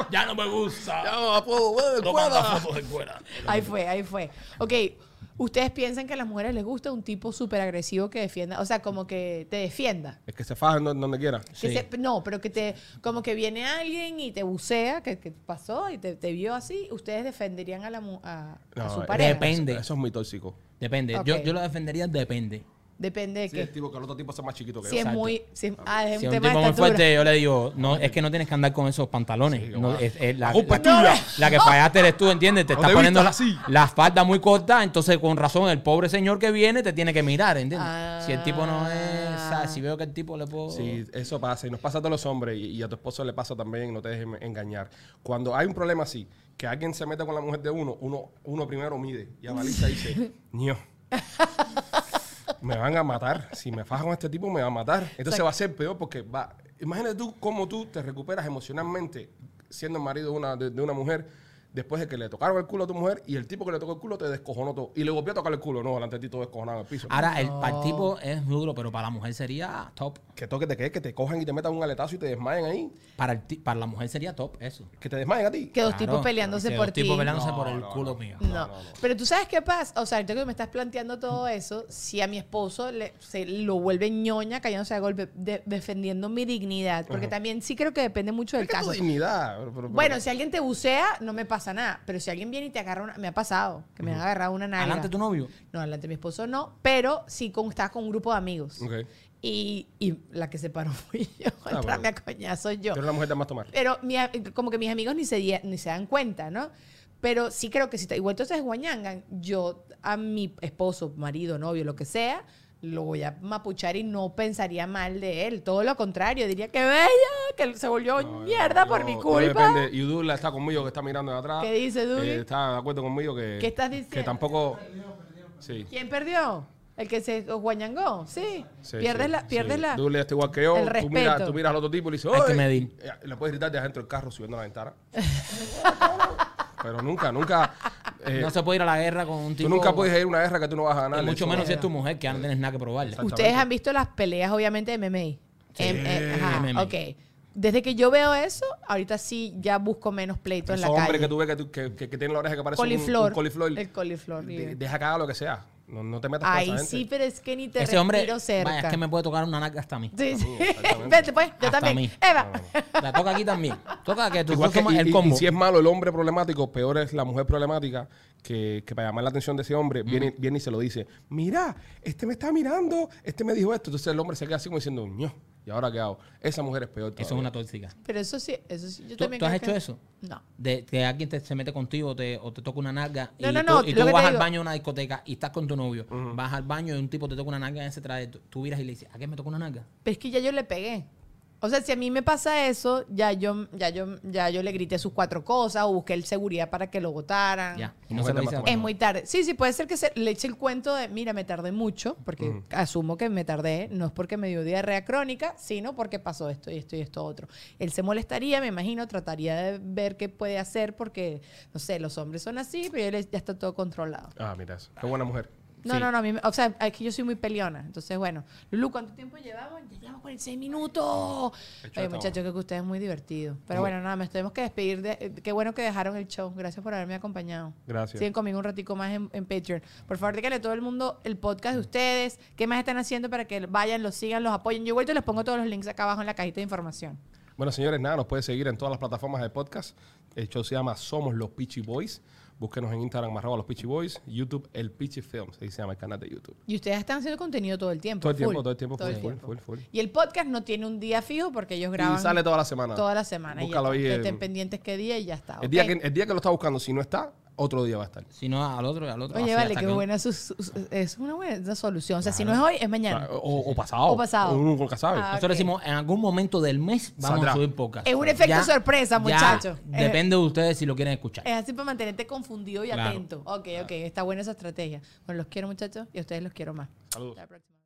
S2: ya no me gusta.
S3: ¡Ya no puedo ver, cuadra!
S2: fotos de cuera.
S1: Ahí fue, ahí fue. Ok, ¿ustedes piensan que a las mujeres les gusta un tipo súper agresivo que defienda? O sea, como que te defienda.
S3: Es que se fajan donde, donde quiera.
S1: Que
S2: Sí.
S1: se- no, pero que te, como que viene alguien y te bucea, que, que pasó y te, te vio así, ¿ustedes defenderían a, la, mu- a, a
S3: No,
S1: su
S3: eh,
S1: pareja?
S2: depende.
S3: Eso es muy tóxico.
S2: Depende.
S1: Ok.
S2: Yo, yo lo defendería, depende.
S1: Depende de
S3: Sí,
S1: qué.
S3: el tipo que el otro tipo sea más chiquito que
S1: si
S3: yo.
S1: es
S2: exacto.
S1: muy, si es, ah, es un
S2: Si es un
S1: tema
S2: tipo
S1: de
S2: muy
S1: estatura.
S2: fuerte, yo le digo, no, es que no tienes que andar con esos pantalones.
S3: Sí,
S2: No,
S3: guau.
S2: es- es la,
S3: La culpa es
S2: la-
S3: tuya.
S2: la que fallaste eres tú, ¿entiendes? Te
S3: No
S2: estás
S3: te
S2: poniendo la,
S3: vistas así.
S2: la falda muy corta, entonces con razón el pobre señor que viene te tiene que mirar, ¿entiendes?
S1: Ah.
S2: Si el tipo no es, o sea, si veo que el tipo le puedo...
S3: Sí, eso pasa y nos pasa a todos los hombres y, y a tu esposo le pasa también, no te dejes engañar. Cuando hay un problema así, que alguien se meta con la mujer de uno, uno, uno primero mide y analiza y dice, ño, me van a matar, si me fajo con este tipo me va a matar. Entonces va a ser peor porque va, imagínate tú cómo tú te recuperas emocionalmente siendo el marido de una, de, de una mujer. Después de que le tocaron el culo a tu mujer y el tipo que le tocó el culo te descojonó todo. Y le volvió a tocar el culo. No, delante de ti todo descojonado en el piso.
S2: Ahora, el, para el tipo es duro, pero para la mujer sería top.
S3: que toque te quede, que te cojan y te metan un aletazo y te desmayen ahí.
S2: Para, el ti- para la mujer sería top eso.
S3: Que te desmayen a ti.
S1: Que dos
S2: Claro,
S1: tipos peleándose
S2: que
S1: por
S2: Dos
S1: ti.
S2: tipos peleándose
S3: No,
S2: por el
S3: no,
S2: culo
S3: no.
S2: mío.
S1: No.
S3: no, no.
S1: Pero tú sabes qué pasa. O sea, ahorita que me estás planteando todo eso, si a mi esposo le- se lo vuelve ñoña cayéndose a golpe, de- defendiendo mi dignidad, porque
S3: Ajá.
S1: también sí creo que depende mucho del
S3: Es que tu
S1: caso.
S3: dignidad. pero- pero-
S1: Bueno,
S3: pero-
S1: si alguien te bucea, no me pasa nada. Pero si alguien viene y te agarra una. Me ha pasado que me han agarrado una nalga.
S2: Adelante tu novio.
S1: No, adelante de mi esposo no. Pero sí con, estaba con un grupo de amigos.
S3: Ok.
S1: Y, y la que se paró *laughs* fui yo.
S3: Ah, bueno.
S1: entrarme a coñazo yo.
S3: Pero la mujer te más tomar.
S1: Pero mi a- como que mis amigos ni se, di- ni se dan cuenta, ¿no? Pero sí creo que si te, igual entonces guañangan, yo a mi esposo, marido, novio, lo que sea, lo voy a mapuchar y no pensaría mal de él. Todo lo contrario, diría que bella, que se volvió mierda por
S3: Yo-
S1: mi
S3: yo
S1: culpa.
S3: depende. Y Dula está conmigo, que está mirando de atrás.
S1: ¿Qué dice Dougie?
S3: Eh, está de acuerdo conmigo que.
S1: ¿Qué estás diciendo?
S3: Que tampoco. Sí.
S1: ¿Quién perdió? El que se guañangó, sí.
S3: sí,
S1: pierdes
S3: sí,
S1: la, pierdes
S3: sí.
S1: la.
S3: Dula está este igual que yo.
S1: el
S3: Tú miras,
S1: respeto.
S3: tú miras al otro tipo y le dices.
S2: Hay
S3: "Oye".
S2: que medir.
S3: Eh, Le puedes gritar de adentro del carro subiendo
S1: *laughs*
S3: la ventana. Pero nunca, nunca. eh,
S2: No se puede ir a la guerra con un tipo.
S3: tú nunca puedes ir a una guerra que tú no vas a
S2: y
S3: ganar.
S2: mucho
S3: Eso-
S2: menos si es tu mujer, que ya no tienes nada que probarle.
S3: Exacto.
S1: Ustedes han visto las peleas, obviamente, de MMA. Em- eh, ajá,
S2: MMA.
S1: Ok. Desde que yo veo eso, ahorita sí ya busco menos pleito en
S3: Esos
S1: la
S3: hombres
S1: calle.
S3: que tú ves que, tú- que, que, que tienen la oreja que parece un-
S1: coliflor.
S3: un coliflor.
S1: El coliflor.
S3: De-
S1: River.
S3: deja que haga lo que sea. No, no te metas
S1: Ay,
S3: con esa gente.
S1: sí, pero es que ni te
S2: Ese hombre.
S1: respiro cerca.
S2: Vaya, es que me puede tocar una naca hasta a mí.
S1: Sí, sí. *laughs*
S3: exactamente.
S1: Vete, pues, yo
S2: Hasta
S1: también.
S2: a mí.
S1: Eva.
S2: La toca aquí también. Toca que tú
S3: Igual que,
S2: tomas
S3: y-
S2: el
S3: y-
S2: combo.
S3: y si es malo el hombre problemático, peor es la mujer problemática que, que para llamar la atención de ese hombre viene, viene y se lo dice. Mira, este me está mirando, este me dijo esto. Entonces el hombre se queda así como diciendo, ño, ¿y ahora qué hago? Esa mujer es peor
S2: Eso es
S3: todavía.
S2: una tóxica.
S1: *laughs* Pero eso sí, eso sí. Yo
S2: ¿Tú,
S1: también
S2: tú has
S1: creo
S2: hecho
S1: que-
S2: eso?
S1: No.
S2: De que alguien te- se mete contigo te- o te toca una nalga
S1: No,
S2: y
S1: no,
S2: tú,
S1: no,
S2: y
S1: lo
S2: tú
S1: que
S2: vas
S1: te
S2: al
S1: digo.
S2: baño una discoteca y estás con tu novio.
S1: pues
S2: Vas al baño y un tipo te toca una nalga en ese traje. Tú, tú viras y le dices, ¿a qué me tocó una nalga?
S1: Pero es que ya yo le pegué. O sea, si a mí me pasa eso, ya yo, ya yo, ya yo le grité sus cuatro cosas o busqué el seguridad para que lo votaran.
S2: Ya. Y no se lo dice a
S1: Ah. Es
S2: todo el
S1: muy
S2: mundo.
S1: tarde. Sí, sí, puede ser que se- le eche el cuento de, mira, me tardé mucho, porque
S3: Ujú.
S1: asumo que me tardé, no es porque me dio diarrea crónica, sino porque pasó esto y esto y esto otro. Él se molestaría, me imagino, trataría de ver qué puede hacer, porque, no sé, los hombres son así, pero él es- ya está todo controlado.
S3: Ah, mira eso. Qué buena mujer.
S1: No,
S2: Sí.
S1: no, no, a mí me- o sea, es que yo soy muy peleona. Entonces, bueno, Lulu, ¿cuánto tiempo llevamos? Ya llevamos 46 minutos.
S3: Hecho
S1: Oye,
S3: esta
S1: muchachos, que usted es muy divertido. Pero bueno, nada, nos tenemos que despedir. De, eh, qué bueno que dejaron el show. Gracias por haberme acompañado.
S3: Gracias.
S1: Siguen conmigo un ratico más en, en Patreon. Por favor, díganle a todo el mundo el podcast de ustedes. ¿Qué más están haciendo para que vayan, los sigan, los apoyen? Yo vuelto les pongo todos los links acá abajo en la cajita de información.
S3: Bueno, señores, nada, nos puede seguir en todas las plataformas de podcast. El show se llama Somos los Peachy Boys. Búsquenos en Instagram, arroba los Peachy Boys. YouTube, el Peachy Films. Ahí se llama el canal de YouTube.
S1: Y ustedes están haciendo contenido todo el tiempo.
S3: Todo el tiempo,
S1: full.
S3: todo el tiempo, full, full,
S1: tiempo.
S3: full, full.
S1: Y el podcast no tiene un día fijo porque ellos graban
S3: Y sale toda la semana.
S1: toda la semana. y ya está.
S3: Búscalo ahí.
S1: Ustedes
S3: en-
S1: estén pendientes qué día y ya está.
S3: el, día
S1: ¿ok?
S3: que, el día que lo está buscando, si no está, otro día va a estar.
S2: Si no, al otro, al otro.
S1: Oye,
S2: así
S1: vale,
S2: hasta
S1: qué
S2: que-
S1: buena su- su- su- es una buena solución. O sea, si no es hoy, es mañana.
S3: O, o pasado.
S1: O pasado.
S3: Uno nunca sabe.
S1: Ah,
S2: Nosotros
S1: ok.
S2: decimos, en algún momento del mes vamos
S3: Saldrá.
S2: a subir podcast.
S1: Es un efecto
S2: Ya-
S1: sorpresa,
S2: ya
S1: muchachos. Es-
S2: Depende de ustedes si lo quieren escuchar.
S1: Es así para mantenerte confundido y
S2: Claro.
S1: atento. Ok, ok, está buena esa estrategia. Bueno, los quiero muchachos y a ustedes los quiero más.
S3: Saludos.
S1: Hasta la próxima.